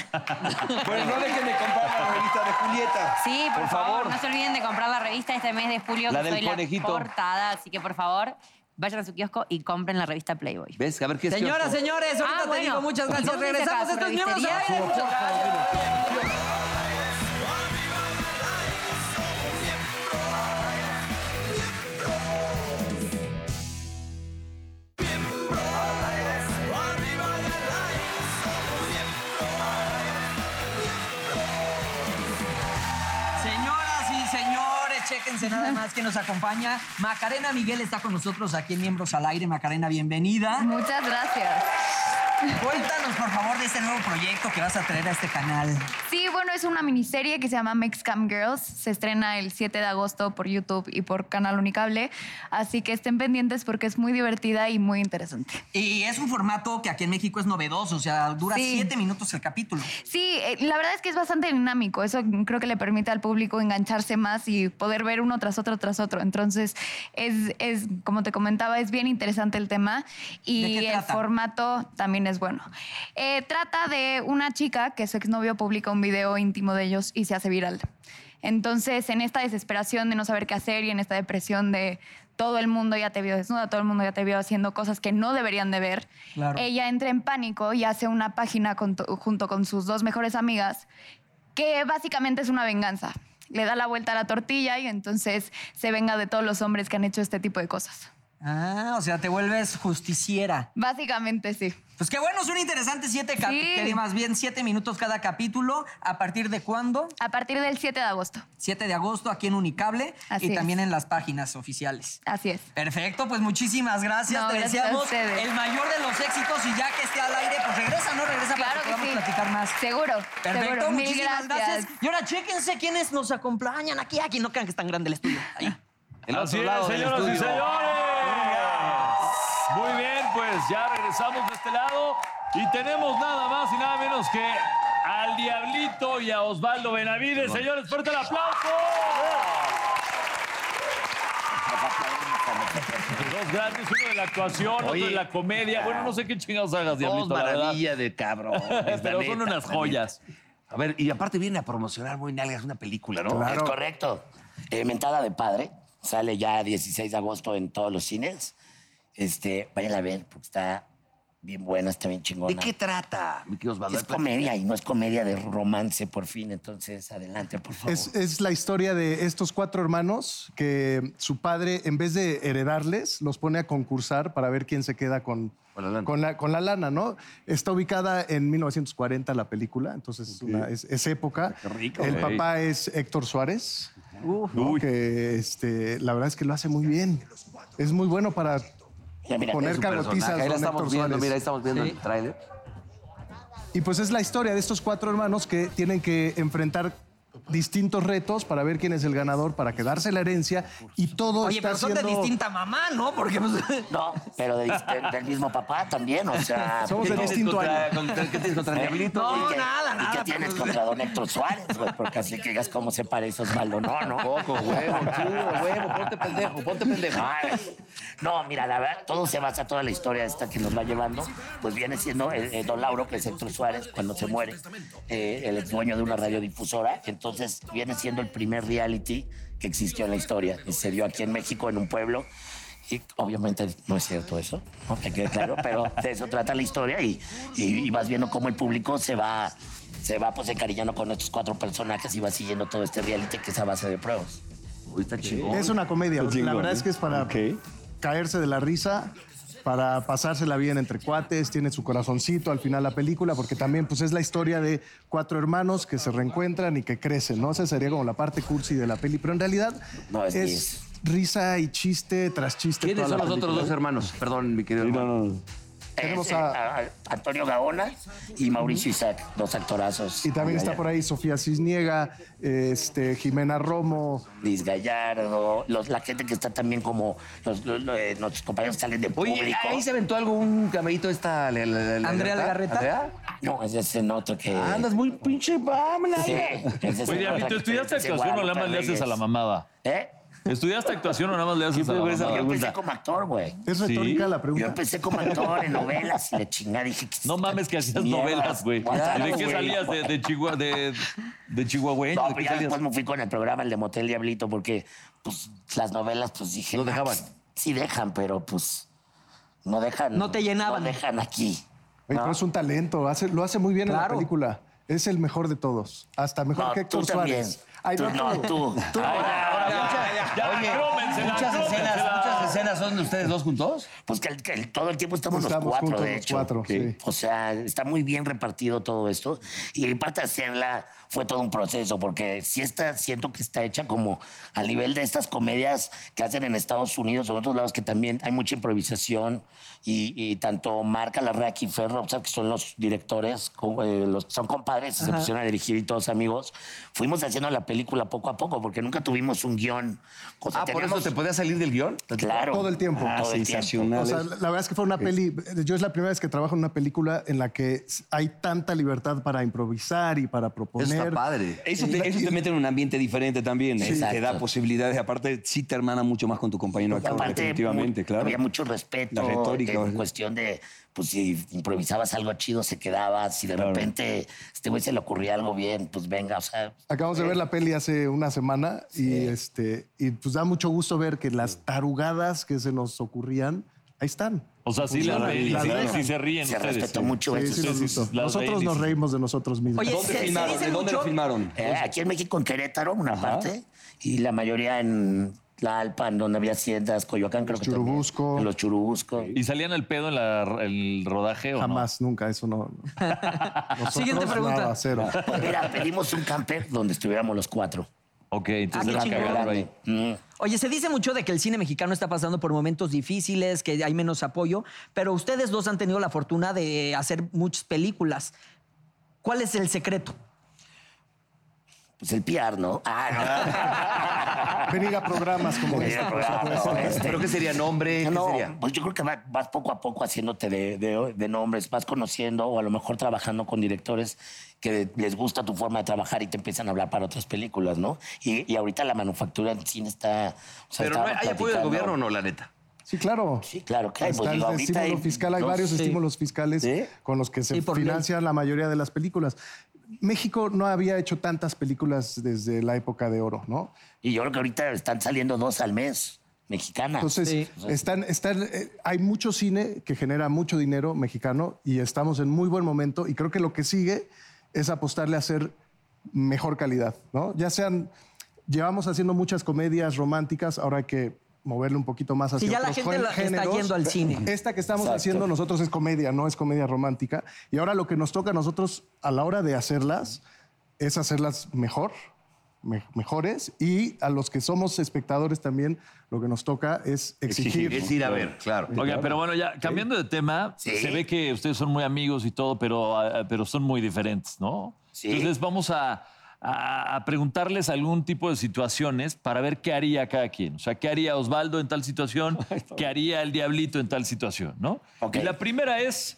Speaker 3: no dejen de comprar la revista de Julieta.
Speaker 7: Sí, por,
Speaker 2: Por
Speaker 7: favor.
Speaker 2: favor.
Speaker 7: No se olviden de comprar la revista este mes de julio,
Speaker 4: La
Speaker 7: que
Speaker 4: del
Speaker 7: soy
Speaker 4: conejito.
Speaker 7: la portada. Así que, por favor, vayan a su kiosco y compren la revista Playboy.
Speaker 4: ¿Ves? A ver qué es.
Speaker 1: Señoras,
Speaker 4: kiosco?
Speaker 1: señores, ahorita
Speaker 7: Ah,
Speaker 1: te
Speaker 7: bueno.
Speaker 1: digo muchas gracias.
Speaker 7: Vamos a ir acá,
Speaker 1: Regresamos a estos miembros al
Speaker 7: revistería.
Speaker 1: aire. Muchas gracias. Señoras y señores, chéquense nada más que nos acompaña. Macarena Miguel está con nosotros aquí en Miembros al Aire. Macarena, bienvenida.
Speaker 9: Muchas gracias.
Speaker 1: Cuéntanos, por favor, de este nuevo proyecto que vas a traer a este canal.
Speaker 9: Sí, bueno, es una miniserie que se llama Mexcam Girls. Se estrena el 7 de agosto por YouTube y por Canal Unicable. Así que estén pendientes porque es muy divertida y muy interesante.
Speaker 1: Y es un formato que aquí en México es novedoso, o sea, dura
Speaker 9: Sí.
Speaker 1: siete minutos el capítulo.
Speaker 9: Sí, eh, la verdad es que es bastante dinámico. Eso creo que le permite al público engancharse más y poder ver uno tras otro tras otro. Entonces, es, es, como te comentaba, es bien interesante el tema
Speaker 1: ¿De
Speaker 9: y
Speaker 1: qué
Speaker 9: el
Speaker 1: trata?
Speaker 9: formato también es bueno. Eh, trata de una chica que su exnovio publica un video íntimo de ellos y se hace viral. Entonces, en esta desesperación de no saber qué hacer y en esta depresión de todo el mundo ya te vio desnuda, todo el mundo ya te vio haciendo cosas que no deberían de ver,
Speaker 1: Claro.
Speaker 9: ella entra en pánico y hace una página con to- junto con sus dos mejores amigas que básicamente es una venganza. Le da la vuelta a la tortilla y entonces se venga de todos los hombres que han hecho este tipo de cosas.
Speaker 1: Ah, o sea, te vuelves justiciera.
Speaker 9: Básicamente sí.
Speaker 1: Pues qué bueno, es un interesante siete capítulos, más bien siete minutos cada capítulo. ¿A partir de cuándo?
Speaker 9: A partir del 7 de agosto.
Speaker 1: 7 de agosto aquí en Unicable
Speaker 9: Así
Speaker 1: y
Speaker 9: es.
Speaker 1: también en las páginas oficiales.
Speaker 9: Así es.
Speaker 1: Perfecto, pues muchísimas gracias.
Speaker 9: No,
Speaker 1: Te
Speaker 9: gracias a
Speaker 1: deseamos
Speaker 9: ustedes.
Speaker 1: el mayor de los éxitos y ya que esté al aire, pues regresa, ¿no? Regresa para
Speaker 9: Claro
Speaker 1: que
Speaker 9: que
Speaker 1: podamos
Speaker 9: sí.
Speaker 1: platicar más.
Speaker 9: Seguro.
Speaker 1: Perfecto,
Speaker 9: seguro. Mil
Speaker 1: muchísimas gracias. Y ahora chéquense quiénes nos acompañan aquí, aquí no crean que es tan grande el estudio. Ahí.
Speaker 4: El otro
Speaker 2: Así es,
Speaker 4: lado del
Speaker 2: señoras y
Speaker 4: estudio.
Speaker 2: señores. Muy bien, pues ya regresamos de este lado y tenemos nada más y nada menos que al Diablito y a Osvaldo Benavides. Señores, fuerte el aplauso. Dos grandes, uno de la actuación, otro
Speaker 4: Oye. Oh,
Speaker 2: de la comedia. Bueno, no sé qué chingados hagas,
Speaker 4: Dos
Speaker 2: Diablito, la verdad.
Speaker 4: maravilla
Speaker 6: (laughs)
Speaker 4: de cabrón.
Speaker 2: Pero son unas joyas.
Speaker 4: (laughs) A ver, y aparte viene a promocionar muy nalgas una película, ¿no?
Speaker 10: Es correcto. Eh, mentada de padre. Sale ya 16 de agosto en todos los cines. Este, vayan a ver, porque está bien buena, está bien chingona.
Speaker 4: ¿De qué trata, mi querido Osvaldo?
Speaker 10: es comedia y no es comedia de romance, por fin. Entonces, adelante, por favor.
Speaker 11: Es, es la historia de estos cuatro hermanos que su padre, en vez de heredarles, los pone a concursar para ver quién se queda con,
Speaker 4: Con la lana.
Speaker 11: con la, con la lana, ¿no? Está ubicada en 1940 la película, entonces es una- es, es época. El
Speaker 2: güey.
Speaker 11: papá es Héctor Suárez, ¿no? que este, la verdad es que lo hace muy bien. Es muy bueno para
Speaker 10: Mira, mira,
Speaker 11: poner
Speaker 4: Es un
Speaker 11: carotizas.
Speaker 4: personaje. Ahí la
Speaker 11: don
Speaker 4: estamos
Speaker 11: Héctor
Speaker 4: viendo,
Speaker 11: Suárez.
Speaker 4: mira, ahí estamos viendo el tráiler.
Speaker 11: Y pues es la historia de estos cuatro hermanos que tienen que enfrentar distintos retos para ver quién es el ganador, para quedarse la herencia y todo
Speaker 1: Oye,
Speaker 11: Pues está
Speaker 1: pero son de
Speaker 11: siendo-
Speaker 1: distinta mamá, ¿no? Porque pues,
Speaker 10: No, pero de- de- del mismo papá también, o sea.
Speaker 11: Somos
Speaker 10: ¿qué
Speaker 11: de
Speaker 10: no?
Speaker 11: distinto año.
Speaker 4: ¿Qué tienes
Speaker 6: (laughs)
Speaker 4: contra el Diablito?
Speaker 1: No,
Speaker 10: ¿Y qué-
Speaker 1: nada,
Speaker 10: ¿Y
Speaker 1: nada,
Speaker 10: qué tienes
Speaker 1: pero-
Speaker 10: contra don Héctor Suárez, (laughs) güey? Pues, Porque así que digas cómo se parece Osvaldo. No, no.
Speaker 4: Poco,
Speaker 10: (laughs)
Speaker 4: huevo, chulo, huevo, ponte pendejo, ponte pendejo.
Speaker 10: Ay, No, mira, la verdad, todo se basa, toda la historia esta que nos va llevando, pues viene siendo eh, eh, Don Lauro, que es Héctor Suárez, cuando se muere, eh, el ex dueño de una radiodifusora. Entonces, viene siendo el primer reality que existió en la historia. Y se dio aquí en México, en un pueblo. Y obviamente no es cierto eso, no te quede claro, pero de eso trata la historia y, y- y vas viendo cómo el público se va, se va pues encariñando con estos cuatro personajes y va siguiendo todo este reality que es a base de pruebas.
Speaker 4: Uy, está chingón.
Speaker 11: Es una comedia. la verdad es que es para caerse de la risa, para pasársela bien entre cuates, tiene su corazoncito al final la película, porque también pues, es la historia de cuatro hermanos que se reencuentran y que crecen, ¿no? Esa sería como la parte cursi de la peli, pero en realidad
Speaker 10: No, es
Speaker 11: es,
Speaker 10: diez.
Speaker 11: risa y chiste tras chiste.
Speaker 4: ¿Quiénes
Speaker 11: toda
Speaker 4: son
Speaker 11: la
Speaker 4: los otros
Speaker 11: película.
Speaker 4: dos hermanos? Perdón, mi querido hermano.
Speaker 11: Tenemos
Speaker 10: Ese,
Speaker 11: a-
Speaker 10: a- a Antonio Gaona y Mauricio Isaac, dos actorazos.
Speaker 11: Y también está por ahí Sofía Cisniega, este, Jimena Romo.
Speaker 10: Luis Gallardo, los, la gente que está también como los, los- los- eh, nuestros compañeros salen de
Speaker 4: Oye,
Speaker 10: público.
Speaker 4: ahí se aventó algo, un camerito esta. la- la- la- la-
Speaker 1: Andrea Legarreta.
Speaker 4: ¿Andrea?
Speaker 10: Eh, No, ese es en otro que.
Speaker 4: Ah, Andas muy pinche vámonos.
Speaker 10: Sí, ese es
Speaker 2: Oye,
Speaker 10: en
Speaker 2: David,
Speaker 10: otra
Speaker 2: ¿tú
Speaker 10: que-
Speaker 2: estudiaste
Speaker 10: ese
Speaker 2: actuación o nada más le
Speaker 10: Guadalupe
Speaker 2: haces a la
Speaker 10: Reyes.
Speaker 2: mamada?
Speaker 10: ¿Eh?
Speaker 2: ¿Estudiaste actuación o nada más le haces a la
Speaker 10: Yo
Speaker 2: mamada?
Speaker 10: empecé como actor, güey.
Speaker 11: ¿Es
Speaker 2: Sí.
Speaker 11: retórica la
Speaker 10: Yo
Speaker 11: pregunta?
Speaker 10: empecé como actor en novelas y le chingada. Dije, ¿qué
Speaker 2: No mames que hacías
Speaker 10: mierda,
Speaker 2: novelas, güey.
Speaker 10: guacara,
Speaker 2: ¿Y de qué
Speaker 10: güey?
Speaker 2: salías? ¿De, de, Chihuahua, de, de chihuahueño?
Speaker 10: No,
Speaker 2: ¿De
Speaker 10: pero
Speaker 2: qué
Speaker 10: ya
Speaker 2: salías?
Speaker 10: después me fui con el programa, el de Motel Diablito, porque pues, las novelas, pues dije.
Speaker 4: No
Speaker 10: "Ah,
Speaker 4: dejaban".
Speaker 10: pues, sí dejan, pero pues. No dejan.
Speaker 1: No te llenaban.
Speaker 10: No dejan aquí.
Speaker 11: Oye, pero es un talento, hace- lo hace muy bien en la
Speaker 1: Claro.
Speaker 11: película. Es el mejor de todos. Hasta mejor
Speaker 10: No,
Speaker 11: que
Speaker 10: tú
Speaker 11: Héctor
Speaker 10: también.
Speaker 11: Suárez. Ay,
Speaker 10: tú, no, tú. Ay,
Speaker 2: Ahora, ya,
Speaker 10: pues,
Speaker 2: ya,
Speaker 4: Oye,
Speaker 2: crómensela,
Speaker 4: muchas escenas,
Speaker 2: crómensela.
Speaker 4: muchas escenas son de ustedes dos juntos.
Speaker 10: Pues que, el- que el- todo el tiempo estamos,
Speaker 11: Estamos
Speaker 10: los cuatro,
Speaker 11: juntos
Speaker 10: de
Speaker 11: los
Speaker 10: hecho.
Speaker 11: cuatro, sí.
Speaker 10: O sea, está muy bien repartido todo esto. Y parte de hacerla fue todo un proceso, porque sí está, siento que está hecha como al nivel de estas comedias que hacen en Estados Unidos o en otros lados, que también hay mucha improvisación. Y, y tanto Marca Larraqui y Fer Robson, que son los directores, como, eh, los, son compadres, se pusieron a dirigir y todos amigos, fuimos haciendo la película poco a poco, porque nunca tuvimos un guión. O sea,
Speaker 4: Ah, por
Speaker 10: teníamos-
Speaker 4: eso te podías salir del guión.
Speaker 10: Claro. Ah,
Speaker 11: Todo el
Speaker 6: Ah,
Speaker 11: tiempo.
Speaker 10: Todo el tiempo.
Speaker 11: O sea, la la verdad es que fue una peli. Yo es la primera vez que trabajo en una película en la que hay tanta libertad para improvisar y para proponer.
Speaker 4: Eso está padre.
Speaker 6: Eso te, eso te mete en un ambiente diferente también. eh, te da
Speaker 10: Exacto.
Speaker 6: posibilidades. Aparte, sí te hermana mucho más con tu compañero actor,
Speaker 10: Aparte,
Speaker 6: definitivamente,
Speaker 10: mu-
Speaker 6: claro.
Speaker 10: había mucho respeto
Speaker 6: La retórica,
Speaker 10: en
Speaker 6: ¿verdad?
Speaker 10: cuestión de, pues si improvisabas algo chido, se quedaba, si de repente este güey se le ocurría algo bien, pues venga, o sea,
Speaker 11: Acabamos de ver la peli hace una semana y este y pues da mucho gusto ver que las tarugadas que se nos ocurrían ahí están.
Speaker 2: O sea, sí, las reí,
Speaker 11: las
Speaker 2: sí,
Speaker 11: dejan.
Speaker 2: sí se ríen
Speaker 10: se
Speaker 2: ustedes.
Speaker 10: respetó mucho
Speaker 11: Sí,
Speaker 10: eso.
Speaker 11: sí nos
Speaker 2: sí, sí,
Speaker 11: gustó.
Speaker 2: las
Speaker 11: Nosotros
Speaker 2: reí,
Speaker 11: nos
Speaker 2: sí.
Speaker 11: reímos de nosotros mismos.
Speaker 1: Oye,
Speaker 6: ¿Dónde
Speaker 1: se- se
Speaker 6: filmaron?
Speaker 1: dice
Speaker 6: ¿De dónde lo
Speaker 1: mucho-
Speaker 10: (laughs)
Speaker 6: filmaron?
Speaker 10: Eh, aquí en México, en Querétaro, una parte, y la mayoría en La Alpa, en donde había haciendas, Coyoacán, creo que también,
Speaker 11: Churubusco.
Speaker 10: en los Churubusco.
Speaker 2: ¿Y salían al pedo en la- el rodaje o no?
Speaker 11: Jamás, nunca, eso
Speaker 2: (laughs)
Speaker 11: no. Nosotros,
Speaker 1: Siguiente pregunta.
Speaker 11: nada, cero.
Speaker 10: Pues mira, pedimos un camper donde estuviéramos los cuatro.
Speaker 2: Ok, entonces
Speaker 1: Ah,
Speaker 2: la
Speaker 1: qué
Speaker 2: cagaron ahí.
Speaker 10: Grande. Mm.
Speaker 1: Oye, se dice mucho de que el cine mexicano está pasando por momentos difíciles, que hay menos apoyo, pero ustedes dos han tenido la fortuna de hacer muchas películas. ¿Cuál es el secreto?
Speaker 10: Pues el PR, ¿no? Ah, no.
Speaker 11: Venir a programas como
Speaker 10: Venir
Speaker 11: este.
Speaker 10: a
Speaker 11: por
Speaker 10: programas,
Speaker 11: supuesto.
Speaker 10: ¿no? Este,
Speaker 4: Creo que sería nombre. ¿Qué
Speaker 10: No,
Speaker 4: sería?
Speaker 10: pues yo creo que va- vas poco a poco haciéndote de, de- de nombres, vas conociendo o a lo mejor trabajando con directores que les gusta tu forma de trabajar y te empiezan a hablar para otras películas, ¿no? Y, y ahorita la manufactura en cine está... o sea,
Speaker 4: Pero no
Speaker 10: estaba
Speaker 4: hay hay apoyo del
Speaker 10: platicando-
Speaker 4: gobierno o no, la neta.
Speaker 11: Sí, claro.
Speaker 10: Sí, claro que hay. Pues,
Speaker 11: Está
Speaker 10: digo,
Speaker 11: el
Speaker 10: ahorita
Speaker 11: estímulo
Speaker 10: hay
Speaker 11: fiscal, hay
Speaker 10: dos-
Speaker 11: varios estímulos fiscales
Speaker 4: ¿Sí?
Speaker 11: con los que se
Speaker 1: Sí, por ley.
Speaker 11: financia la mayoría de las películas. México no había hecho tantas películas desde la época de oro, ¿no?
Speaker 10: Y yo creo que ahorita están saliendo dos al mes, mexicanas.
Speaker 11: Entonces, están, están, eh, hay mucho cine que genera mucho dinero mexicano y estamos en muy buen momento y creo que lo que sigue es apostarle a hacer mejor calidad, ¿no? Ya sean, llevamos haciendo muchas comedias románticas, ahora hay que moverle un poquito más hacia
Speaker 1: ya la
Speaker 11: otros
Speaker 1: gente
Speaker 11: gén-
Speaker 1: la- está
Speaker 11: géneros.
Speaker 1: yendo al cine.
Speaker 11: Esta que estamos haciendo nosotros es comedia, no es comedia romántica. Y ahora lo que nos toca a nosotros a la hora de hacerlas es hacerlas mejor, me- mejores. Y a los que somos espectadores también lo que nos toca es exigir.
Speaker 4: Es ir a ver, claro.
Speaker 2: Oiga, pero bueno, ya cambiando de tema,
Speaker 10: Sí.
Speaker 2: se ve que ustedes son muy amigos y todo, pero, ah, pero son muy diferentes, ¿no?
Speaker 10: Sí.
Speaker 2: Entonces vamos a, a- a preguntarles algún tipo de situaciones para ver qué haría cada quien. O sea, qué haría Osvaldo en tal
Speaker 4: (laughs)
Speaker 2: situación, qué haría el Diablito en tal situación, ¿no?
Speaker 10: Ok.
Speaker 2: Y la primera
Speaker 4: (laughs)
Speaker 2: es,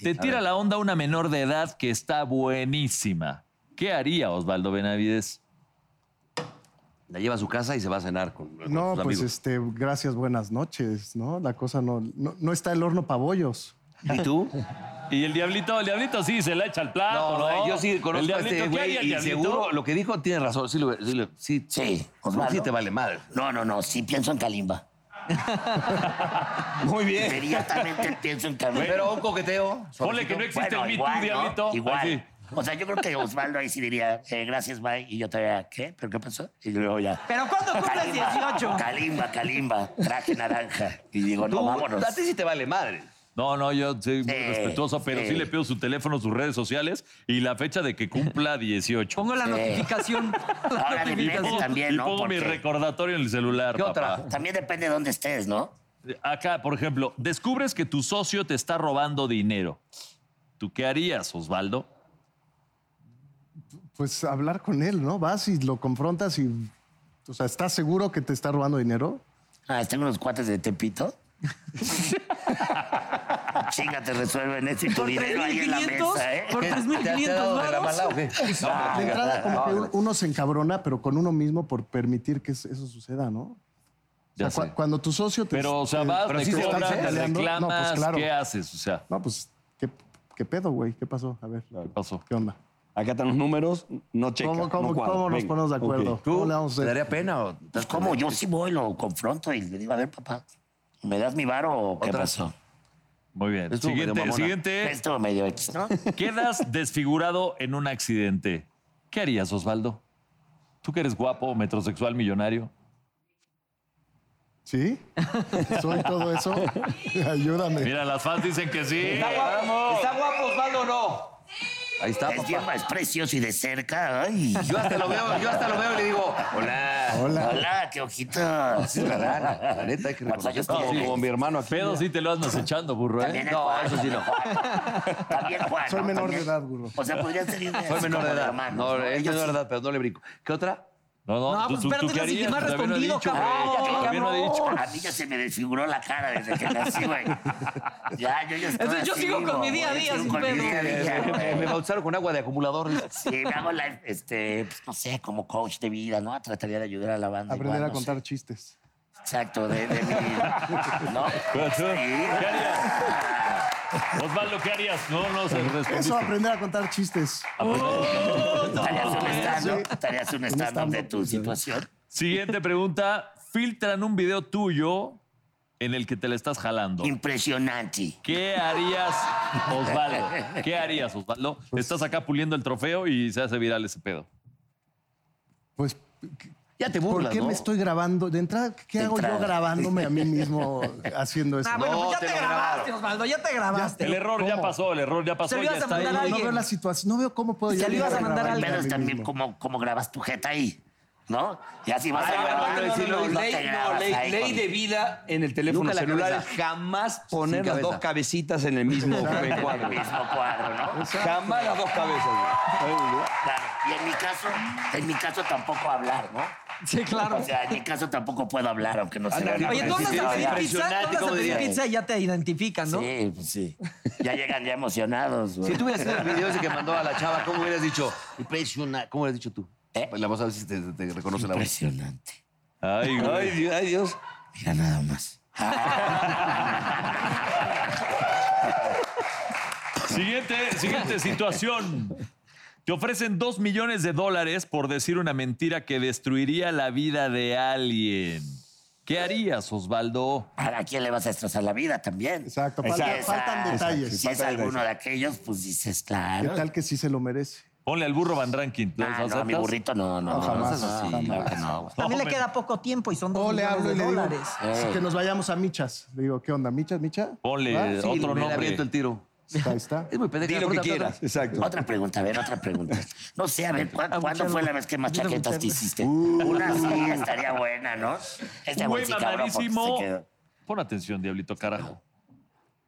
Speaker 2: te tira la onda una menor de edad que está buenísima. ¿Qué haría Osvaldo Benavides?
Speaker 4: La lleva a su casa y se va a cenar con, con
Speaker 11: No,
Speaker 4: sus
Speaker 11: pues
Speaker 4: amigos.
Speaker 11: este, gracias, buenas noches, ¿no? La cosa no, no, no está el horno pabollos.
Speaker 4: ¿Y (laughs) tú?
Speaker 2: Y el Diablito, el Diablito sí, se la echa al plato,
Speaker 4: No,
Speaker 2: ¿no?
Speaker 4: no, yo sí
Speaker 2: El
Speaker 4: conozco a
Speaker 2: Diablito, ¿qué
Speaker 4: este
Speaker 2: haría
Speaker 4: güey
Speaker 2: el
Speaker 4: y
Speaker 2: Diablito?
Speaker 4: seguro lo que dijo tiene razón. Sí, lo- sí, lo- sí,
Speaker 10: Sí, pues, Osvaldo.
Speaker 4: Pues, sí te vale madre.
Speaker 10: No, no, no, sí pienso en Kalimba.
Speaker 6: (laughs) Muy bien. (laughs)
Speaker 10: Inmediatamente pienso en Kalimba.
Speaker 4: Pero un coqueteo.
Speaker 2: Ponle
Speaker 4: suavecito.
Speaker 2: que no existe
Speaker 10: Bueno,
Speaker 2: el mito,
Speaker 10: igual, ¿no?
Speaker 2: Diablito.
Speaker 10: Igual.
Speaker 2: Así.
Speaker 10: O sea, yo creo que Osvaldo ahí sí diría, eh, gracias, bye. Y yo todavía, ¿qué? ¿Pero qué pasó? Y luego ya.
Speaker 1: Pero ¿cuándo cumples 18?
Speaker 10: Calimba, Calimba, traje naranja. Y digo, no,
Speaker 4: Tú,
Speaker 10: vámonos.
Speaker 4: A ti sí te vale madre.
Speaker 2: No, no, yo soy muy
Speaker 10: Sí,
Speaker 2: respetuoso, pero sí.
Speaker 10: sí.
Speaker 2: le pido su teléfono, sus redes sociales y la fecha de que cumpla (laughs) 18.
Speaker 1: Pongo la notificación. la
Speaker 10: Ahora de
Speaker 1: notificación.
Speaker 10: nuevo también,
Speaker 2: y
Speaker 10: ¿no?
Speaker 2: pongo mi
Speaker 10: Porque
Speaker 2: recordatorio en el celular,
Speaker 4: ¿Qué
Speaker 2: papá.
Speaker 4: otra?
Speaker 10: también depende de dónde estés, ¿no?
Speaker 2: Acá, por ejemplo, descubres que tu socio te está robando dinero. ¿Tú qué harías, Osvaldo?
Speaker 11: Pues hablar con él, ¿no? Vas y lo confrontas y. O sea, ¿estás seguro que te está robando dinero?
Speaker 10: Ah, tengo unos cuates
Speaker 4: (laughs)
Speaker 10: de Tepito. Chinga, te resuelven esto y tu dinero ahí en la
Speaker 1: 3,500,
Speaker 10: mesa, ¿eh?
Speaker 4: (laughs)
Speaker 1: por 3.500 varos.
Speaker 2: Ah,
Speaker 11: De entrada, como que un- uno se encabrona, pero con uno mismo por permitir que es- eso suceda, ¿no? O sea,
Speaker 2: Ya
Speaker 11: cua-
Speaker 2: sé.
Speaker 11: cuando tu socio te.
Speaker 2: Pero, o sea,
Speaker 11: te-
Speaker 2: vas,
Speaker 11: te
Speaker 2: te
Speaker 11: está
Speaker 2: cobran, te
Speaker 11: peleando,
Speaker 2: reclamas,
Speaker 11: No, pues claro.
Speaker 2: ¿qué haces? O sea,
Speaker 11: No, pues, ¿qué, qué pedo, güey? ¿Qué pasó? A ver,
Speaker 2: ¿qué pasó?
Speaker 11: ¿qué onda?
Speaker 6: Acá están los números, no checa.
Speaker 11: ¿Cómo, cómo,
Speaker 6: no cuadra.
Speaker 11: cómo nos
Speaker 6: Venga.
Speaker 11: ponemos de acuerdo?
Speaker 6: Ok.
Speaker 11: ¿Cómo le vamos a
Speaker 4: ¿Te
Speaker 11: hacer?
Speaker 4: daría pena o
Speaker 10: Pues como yo sí voy, lo confronto y le digo, a ver, papá, ¿me das mi varo o qué
Speaker 4: Otra.
Speaker 10: pasó?
Speaker 2: Muy bien.
Speaker 4: Estuvo medio
Speaker 2: Siguiente,
Speaker 4: mamona.
Speaker 2: siguiente.
Speaker 10: Esto medio X, (laughs) ¿no?
Speaker 2: Quedas desfigurado en un accidente. ¿Qué harías, Osvaldo? Tú que eres guapo, metrosexual, millonario. (laughs)
Speaker 11: ¿Sí? ¿Soy todo eso? Ayúdame.
Speaker 2: Mira, las fans dicen que sí.
Speaker 1: ¿Está guapo Osvaldo o no?
Speaker 4: Ahí está,
Speaker 10: Es bien
Speaker 4: papá.
Speaker 10: más precioso y de cerca. Ay,
Speaker 4: Yo hasta lo veo, yo hasta lo veo y le digo, hola.
Speaker 11: Hola.
Speaker 10: hola, qué ojitos.
Speaker 4: La, la- la neta, hay que
Speaker 10: ¿Cuántos
Speaker 4: reconocer
Speaker 10: años
Speaker 4: como,
Speaker 10: tienes?
Speaker 4: como mi hermano aquí.
Speaker 2: Pedo sí te lo andas echando, burro, ¿eh?
Speaker 10: También no, eso sí no. También Juan.
Speaker 11: Soy
Speaker 10: ¿no?
Speaker 11: menor de
Speaker 10: También.
Speaker 11: edad, burro.
Speaker 10: O sea, podrían ser
Speaker 4: (laughs)
Speaker 10: ideas
Speaker 4: Soy menor
Speaker 10: como
Speaker 4: de edad.
Speaker 10: hermanos,
Speaker 4: No, él es
Speaker 10: Ellos
Speaker 4: menor de
Speaker 10: sí.
Speaker 4: edad, pero no le brinco. ¿Qué (laughs) otra?
Speaker 2: No, no,
Speaker 1: No,
Speaker 2: tú,
Speaker 1: pues
Speaker 2: tú- tú
Speaker 1: espérate,
Speaker 2: qué
Speaker 1: la siguiente
Speaker 2: harías.
Speaker 1: me ha
Speaker 2: Pues también lo
Speaker 1: respondido,
Speaker 2: he dicho.
Speaker 1: cabrón.
Speaker 2: Ah, también lo he dicho.
Speaker 10: A mí ya se me desfiguró la cara desde que nací, güey. Ya, yo ya estoy
Speaker 1: Entonces yo
Speaker 10: así,
Speaker 1: sigo con mi día a
Speaker 10: güey,
Speaker 1: día,
Speaker 10: sigo
Speaker 1: sin
Speaker 10: con mi
Speaker 1: pedo.
Speaker 10: día a
Speaker 4: Eh,
Speaker 10: día,
Speaker 4: eh,
Speaker 10: güey.
Speaker 4: eh, me bautizaron con agua de acumulador.
Speaker 10: Sí, me hago la, este, pues, no sé, como coach de vida, ¿no? Trataría de ayudar a la banda.
Speaker 11: Aprender
Speaker 10: igual,
Speaker 11: a
Speaker 10: no
Speaker 11: contar
Speaker 10: sé.
Speaker 11: chistes.
Speaker 10: Exacto, de, de mi ¿No?
Speaker 2: Pero tú, (laughs)
Speaker 10: Sí.
Speaker 2: ¿Qué harías? Osvaldo, ¿qué harías? No, no, se respondiste.
Speaker 11: Eso, aprender a contar chistes.
Speaker 10: Estarías un stand-up, estarías un stand-up de
Speaker 11: stand-up,
Speaker 10: tu situación.
Speaker 2: Siguiente pregunta. Filtran un video tuyo en el que te le estás jalando.
Speaker 10: Impresionante.
Speaker 2: ¿Qué harías, Osvaldo? ¿Qué harías, Osvaldo? Estás acá puliendo el trofeo y se hace viral ese pedo.
Speaker 11: Pues,
Speaker 4: Ya te
Speaker 11: ¿por
Speaker 4: burlas,
Speaker 11: qué
Speaker 4: ¿no?
Speaker 11: me estoy grabando? De entrada, ¿qué
Speaker 10: De
Speaker 11: hago yo
Speaker 10: entrada.
Speaker 11: grabándome a mí mismo haciendo eso?
Speaker 1: Ah, bueno, pues ya te, grabaste, Osvaldo, ya te grabaste.
Speaker 2: El error ya pasó, el error ya pasó,
Speaker 1: Se lo
Speaker 2: ya
Speaker 1: ibas a
Speaker 2: está ahí.
Speaker 1: mandar a
Speaker 11: No
Speaker 1: alguien.
Speaker 11: veo la situación, no veo cómo puedo
Speaker 1: Se
Speaker 11: yo
Speaker 1: lo ibas a mandar a
Speaker 10: El
Speaker 11: grabarme
Speaker 1: alguien.
Speaker 10: pedo
Speaker 11: mí
Speaker 10: es también
Speaker 11: mismo.
Speaker 10: cómo, cómo grabas tu jeta ahí, ¿no? Y así vas a
Speaker 6: Ah,
Speaker 10: grabar.
Speaker 6: no, no, no,
Speaker 10: no
Speaker 6: ley,
Speaker 10: te
Speaker 6: no,
Speaker 10: grabas
Speaker 6: ley-
Speaker 10: ahí
Speaker 6: ley
Speaker 10: con-
Speaker 6: de vida en el teléfono
Speaker 4: Nunca la
Speaker 6: celular.
Speaker 4: cabeza.
Speaker 6: Jamás poner
Speaker 4: Sin
Speaker 6: las
Speaker 4: cabeza.
Speaker 6: dos cabecitas en el mismo
Speaker 10: el
Speaker 6: cuadro.
Speaker 10: mismo cuadro, ¿no?
Speaker 6: Jamás las dos cabezas. güey.
Speaker 10: Claro. Y en mi caso, en mi caso tampoco hablar, ¿no?
Speaker 1: (laughs) Sí, claro.
Speaker 6: (laughs)
Speaker 10: O sea, en mi caso tampoco puedo hablar, aunque no se vea. la
Speaker 1: Oye, tú
Speaker 10: cara.
Speaker 1: andas a pedir pizza, tú
Speaker 4: Impresionante,
Speaker 1: andas a
Speaker 4: ¿cómo
Speaker 1: pedir
Speaker 4: diría?
Speaker 1: pizza y ya te identifican, ¿no?
Speaker 10: Sí, pues sí. Ya llegan ya emocionados, güey.
Speaker 4: Si tú hubieras hecho el video ese que mandó a la chava, ¿cómo hubieras dicho? Impresiona. ¿Cómo hubieras dicho tú? Pues
Speaker 10: ¿Eh?
Speaker 4: La voz a ver si te, te reconoce la voz.
Speaker 10: Impresionante.
Speaker 2: Ay,
Speaker 6: Ay,
Speaker 2: güey.
Speaker 6: Dios, ay, Dios.
Speaker 10: Mira nada más.
Speaker 2: Siguiente, siguiente situación. Te ofrecen dos millones de dólares por decir una mentira que destruiría la vida de alguien. ¿Qué harías, Osvaldo?
Speaker 10: ¿A quién le vas a destrozar la vida también?
Speaker 11: Exacto,
Speaker 10: Si
Speaker 11: falta-
Speaker 10: es a-
Speaker 11: faltan detalles.
Speaker 10: Si es alguno de aquellos, pues dices,
Speaker 11: ¿Qué
Speaker 10: claro.
Speaker 11: tal que sí se lo merece?
Speaker 2: Ponle al burro Van Ranking. ¿Los
Speaker 10: Ah, no,
Speaker 2: aceptas?
Speaker 10: mi burrito no, no.
Speaker 11: No,
Speaker 10: no,
Speaker 11: jamás,
Speaker 10: no, no,
Speaker 11: jamás.
Speaker 10: claro que no, güey.
Speaker 1: (laughs) También le
Speaker 2: hombre.
Speaker 1: queda poco tiempo y son dos
Speaker 11: O le
Speaker 1: millones
Speaker 11: hablo
Speaker 1: de
Speaker 11: y le digo
Speaker 1: dólares.
Speaker 11: "Sí, que nos vayamos a Michas. Le digo, ¿qué onda, Michas, Micha?
Speaker 2: Ponle
Speaker 11: ¿Va?
Speaker 4: Sí,
Speaker 2: otro
Speaker 4: me le
Speaker 2: nombre.
Speaker 4: aviento el tiro.
Speaker 11: Ahí está.
Speaker 4: Es muy pendejo.
Speaker 6: Di lo que
Speaker 4: Pregunta,
Speaker 6: quieras.
Speaker 4: pregunta.
Speaker 6: Exacto.
Speaker 10: Otra pregunta, a ver, otra pregunta. No sé, a ver, ¿cu- ¿cuándo
Speaker 1: Abuchearlo.
Speaker 10: fue la vez que más
Speaker 1: Yo lo
Speaker 10: chaquetas te
Speaker 1: abucheo.
Speaker 10: hiciste? Una sí estaría buena, ¿no? Este
Speaker 2: Un
Speaker 10: güey
Speaker 2: güey
Speaker 10: sí, cabrón, porque se
Speaker 2: mamadísimo.
Speaker 10: quedó.
Speaker 2: Pon atención, diablito, carajo.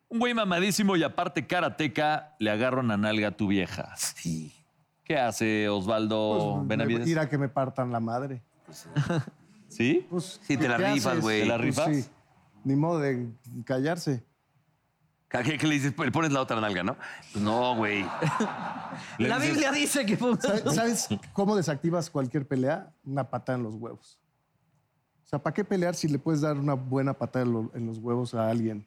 Speaker 2: Un güey mamadísimo y aparte karateca, le agarra una nalga a tu vieja.
Speaker 10: Sí.
Speaker 2: ¿Qué hace Osvaldo
Speaker 11: Pues,
Speaker 2: Oh, Benavides?
Speaker 11: Ir a que me partan la madre.
Speaker 2: ¿Sí?
Speaker 11: Pues,
Speaker 4: Sí, te la
Speaker 11: ¿qué
Speaker 4: rifas,
Speaker 11: haces?
Speaker 4: güey.
Speaker 2: ¿Te la
Speaker 11: Pues,
Speaker 2: rifas?
Speaker 11: sí. Ni modo de callarse.
Speaker 4: ¿A ¿Qué, qué le dices? Le pones la otra nalga, ¿no? Pues no, güey.
Speaker 1: La Biblia dice que... (laughs)
Speaker 11: ¿Sabes-
Speaker 2: (laughs)
Speaker 11: ¿Sabes cómo desactivas cualquier pelea? Una patada en los huevos. O sea, ¿para qué pelear si le puedes dar una buena patada en lo- en los huevos a alguien?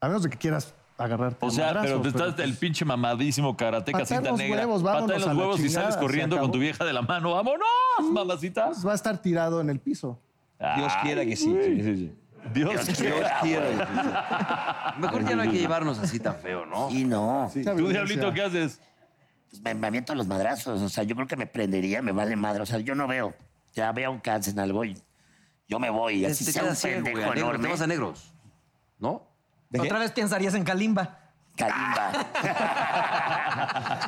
Speaker 11: A menos de que quieras agarrarte.
Speaker 2: O
Speaker 11: a
Speaker 2: sea, pero
Speaker 11: madrazos,
Speaker 2: te estás
Speaker 11: pues,
Speaker 2: el pinche mamadísimo karateca
Speaker 11: Patea
Speaker 2: cinta
Speaker 11: los
Speaker 2: negra.
Speaker 11: huevos, vámonos
Speaker 2: Patea
Speaker 11: a
Speaker 2: los
Speaker 11: la
Speaker 2: huevos y
Speaker 11: chingada,
Speaker 2: sales
Speaker 11: se
Speaker 2: corriendo con
Speaker 11: acabó.
Speaker 2: tu vieja de la mano. ¡Vámonos, mamacita!
Speaker 11: pues, va a estar tirado en el piso.
Speaker 6: Dios quiera que sí. sí, sí, sí.
Speaker 2: Dios
Speaker 10: Ah,
Speaker 2: quiera.
Speaker 4: Mejor ya no hay que llevarnos así tan feo, ¿no?
Speaker 10: Y no,
Speaker 11: Mucha
Speaker 2: ¿Tú,
Speaker 11: violencia.
Speaker 2: diablito, qué haces?
Speaker 10: pues me, me aviento a los madrazos. O sea, yo creo que me prendería, me vale madre. O sea, yo no veo. Ya veo un cáncer en algo y yo me voy. Y así
Speaker 4: te
Speaker 10: sea un
Speaker 4: quedas ciego, Este, güey,
Speaker 10: pendejo
Speaker 4: a negro, Te
Speaker 10: enorme.
Speaker 4: vas a negros, ¿no?
Speaker 1: Otra vez pensarías en Kalimba.
Speaker 10: Kalimba.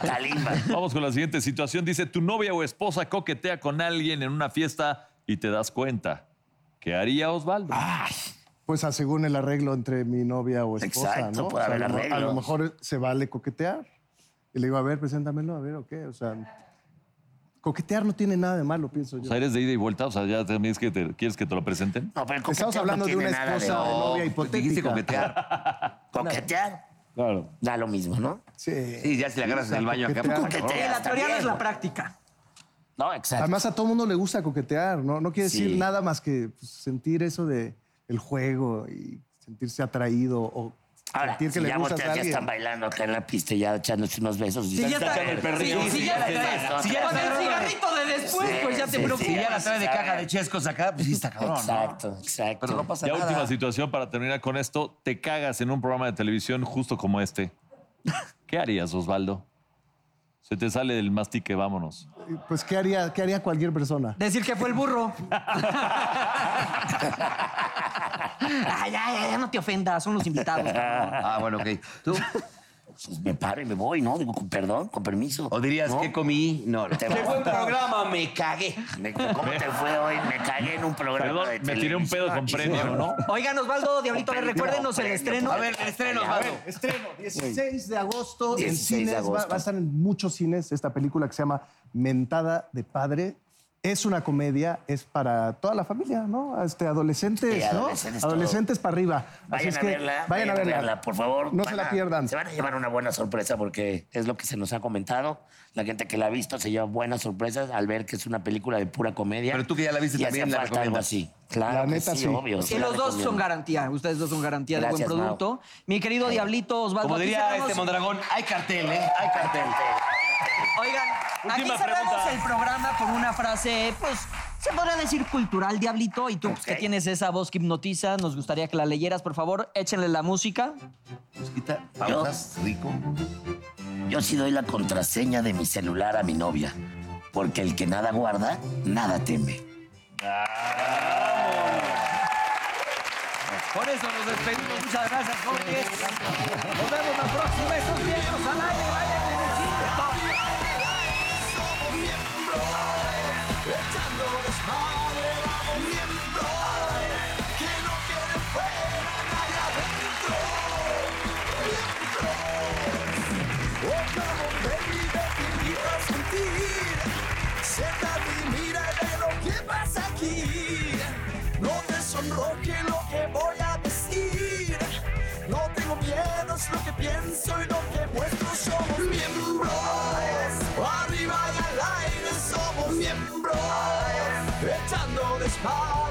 Speaker 10: Kalimba. (laughs)
Speaker 2: Vamos con la siguiente situación. Dice, tu novia o esposa coquetea con alguien en una fiesta y te das cuenta. ¿Qué haría Osvaldo?
Speaker 11: Pues, pues ah, según el arreglo entre mi novia o esposa,
Speaker 10: Exacto,
Speaker 11: ¿no?
Speaker 10: puede
Speaker 11: O sea,
Speaker 10: haber
Speaker 11: a lo- A
Speaker 10: arreglos.
Speaker 11: lo mejor se vale coquetear. Y le digo, a ver, preséntamelo, a ver, ¿o qué? O sea, coquetear no tiene nada de malo, pienso
Speaker 2: O
Speaker 11: yo.
Speaker 2: sea, eres de ida y vuelta, o sea, ya también es que te, quieres que te lo presenten.
Speaker 10: No, pero el
Speaker 11: Estamos
Speaker 10: coqueteo
Speaker 11: hablando
Speaker 10: no
Speaker 11: de
Speaker 10: tiene
Speaker 11: una
Speaker 10: nada
Speaker 11: esposa de
Speaker 10: de
Speaker 11: novia
Speaker 4: Dijiste
Speaker 11: hipotética.
Speaker 4: coquetear.
Speaker 10: coquetear.
Speaker 2: Claro.
Speaker 10: Da lo mismo, ¿no?
Speaker 11: Sí.
Speaker 4: Sí, ya si la agarras en el baño acá.
Speaker 11: Coquetear.
Speaker 1: Que
Speaker 10: Coqueteas
Speaker 1: Eh, la teoría no es
Speaker 10: también,
Speaker 1: la
Speaker 10: güey.
Speaker 1: práctica.
Speaker 10: (laughs) No, exacto.
Speaker 11: Además, a todo mundo le gusta coquetear, ¿no? No quiere decir
Speaker 10: Sí.
Speaker 11: nada más que pues, sentir eso de el juego y sentirse atraído o
Speaker 10: Ahora,
Speaker 11: sentir que
Speaker 10: si
Speaker 11: le
Speaker 10: ya
Speaker 11: gustas a
Speaker 10: volteas, ya
Speaker 11: alguien.
Speaker 10: están bailando acá en la pista, y ya echándose unos besos.
Speaker 1: Si ya está,
Speaker 3: sacan el perreo.
Speaker 1: si- si
Speaker 3: Sí,
Speaker 1: ya la
Speaker 10: sí,
Speaker 1: traes,
Speaker 10: sí, sí,
Speaker 1: con
Speaker 10: sí,
Speaker 1: el
Speaker 10: sí,
Speaker 1: cigarrito de después,
Speaker 10: sí,
Speaker 1: pues ya
Speaker 10: sí,
Speaker 1: te
Speaker 10: sí,
Speaker 4: Si
Speaker 1: preocupas.
Speaker 4: ya la trae de caja de chescos acá, pues sí está cabrón. ¿no?
Speaker 10: Exacto, exacto.
Speaker 4: Pero no pasa
Speaker 2: Ya
Speaker 4: nada.
Speaker 2: última situación para terminar con esto. Te cagas en un programa de televisión justo como
Speaker 4: (laughs)
Speaker 2: este. ¿Qué harías, Osvaldo? Se te sale del mastique, vámonos.
Speaker 11: Pues, ¿qué haría, ¿qué haría cualquier persona?
Speaker 1: Decir que fue el
Speaker 4: (laughs)
Speaker 1: burro. Ay, ya, ya, ya no te ofendas, son los invitados. cabrón.
Speaker 4: Ah, bueno, ok. ¿Tú?
Speaker 10: Pues me paro y me voy, ¿no? Digo, con perdón, con permiso.
Speaker 4: ¿O dirías
Speaker 10: ¿No?
Speaker 4: qué comí? No, no.
Speaker 10: Te
Speaker 6: Qué
Speaker 10: voy.
Speaker 6: buen programa, me cagué.
Speaker 10: Me- ¿Cómo te fue hoy? Me cagué en un programa
Speaker 2: Perdón,
Speaker 10: de
Speaker 2: me tiré un pedo
Speaker 10: televisión.
Speaker 2: con premio, ¿no?
Speaker 1: Oigan, Osvaldo, Diablito, recuérdenos el estreno.
Speaker 4: A ver, el estreno, Osvaldo.
Speaker 11: Estreno, 16 de agosto
Speaker 10: 16 de
Speaker 11: en cines. va-
Speaker 10: agosto.
Speaker 11: Va, a estar en muchos cines esta película que se llama Mentada de Padre. Es una comedia, es para toda la familia, ¿no? Este, adolescentes,
Speaker 10: Sí,
Speaker 11: ¿no?
Speaker 10: adolescentes, todo.
Speaker 11: Adolescentes para arriba. Así
Speaker 10: Vayan
Speaker 11: es
Speaker 10: a
Speaker 11: que
Speaker 10: verla,
Speaker 11: vayan a verla.
Speaker 10: por favor.
Speaker 11: No
Speaker 10: Van
Speaker 11: se la
Speaker 10: a-
Speaker 11: pierdan.
Speaker 10: Se van a llevar una buena sorpresa porque es lo que se nos ha comentado. La gente que la ha visto se lleva buenas sorpresas al ver que es una película de pura comedia.
Speaker 4: Pero tú que ya la viste
Speaker 10: y
Speaker 4: también,
Speaker 10: hace
Speaker 4: la
Speaker 10: falta algo
Speaker 4: recomiendas.
Speaker 10: así. Claro,
Speaker 11: La
Speaker 10: que
Speaker 11: neta, sí.
Speaker 10: obvio.
Speaker 1: Y
Speaker 10: sí la
Speaker 1: los dos son
Speaker 10: recomiendo.
Speaker 1: garantía, ustedes dos son garantía de
Speaker 10: Gracias,
Speaker 1: buen producto. Mi querido Diablito, Osvaldo,
Speaker 4: Eh, Como
Speaker 1: aquí
Speaker 4: diría
Speaker 1: cerramos-
Speaker 4: este Mondragón, hay cartel, ¿eh? Hay cartel.
Speaker 1: Oigan,
Speaker 2: Última
Speaker 1: aquí cerramos
Speaker 2: pregunta.
Speaker 1: el programa con una frase, pues, se podría decir cultural, Diablito, y tú pues, que
Speaker 10: Ok.
Speaker 1: tienes esa voz que hipnotiza, nos gustaría que la leyeras, por favor, échenle la música.
Speaker 4: Pues quita pausas, rico.
Speaker 10: Yo sí doy la contraseña de mi celular a mi novia. Porque el que nada guarda, nada teme.
Speaker 1: Por eso nos despedimos, muchas gracias, Jorge. Nos vemos la próxima, estos viejos al aire, vayan en el cine.
Speaker 5: Siéntate y mira de lo que pasa aquí. No te sonroje lo que voy a decir. No tengo miedo, es lo que pienso y lo que muestro. Somos miembros. Arriba y al aire somos miembros. Echando desmadre.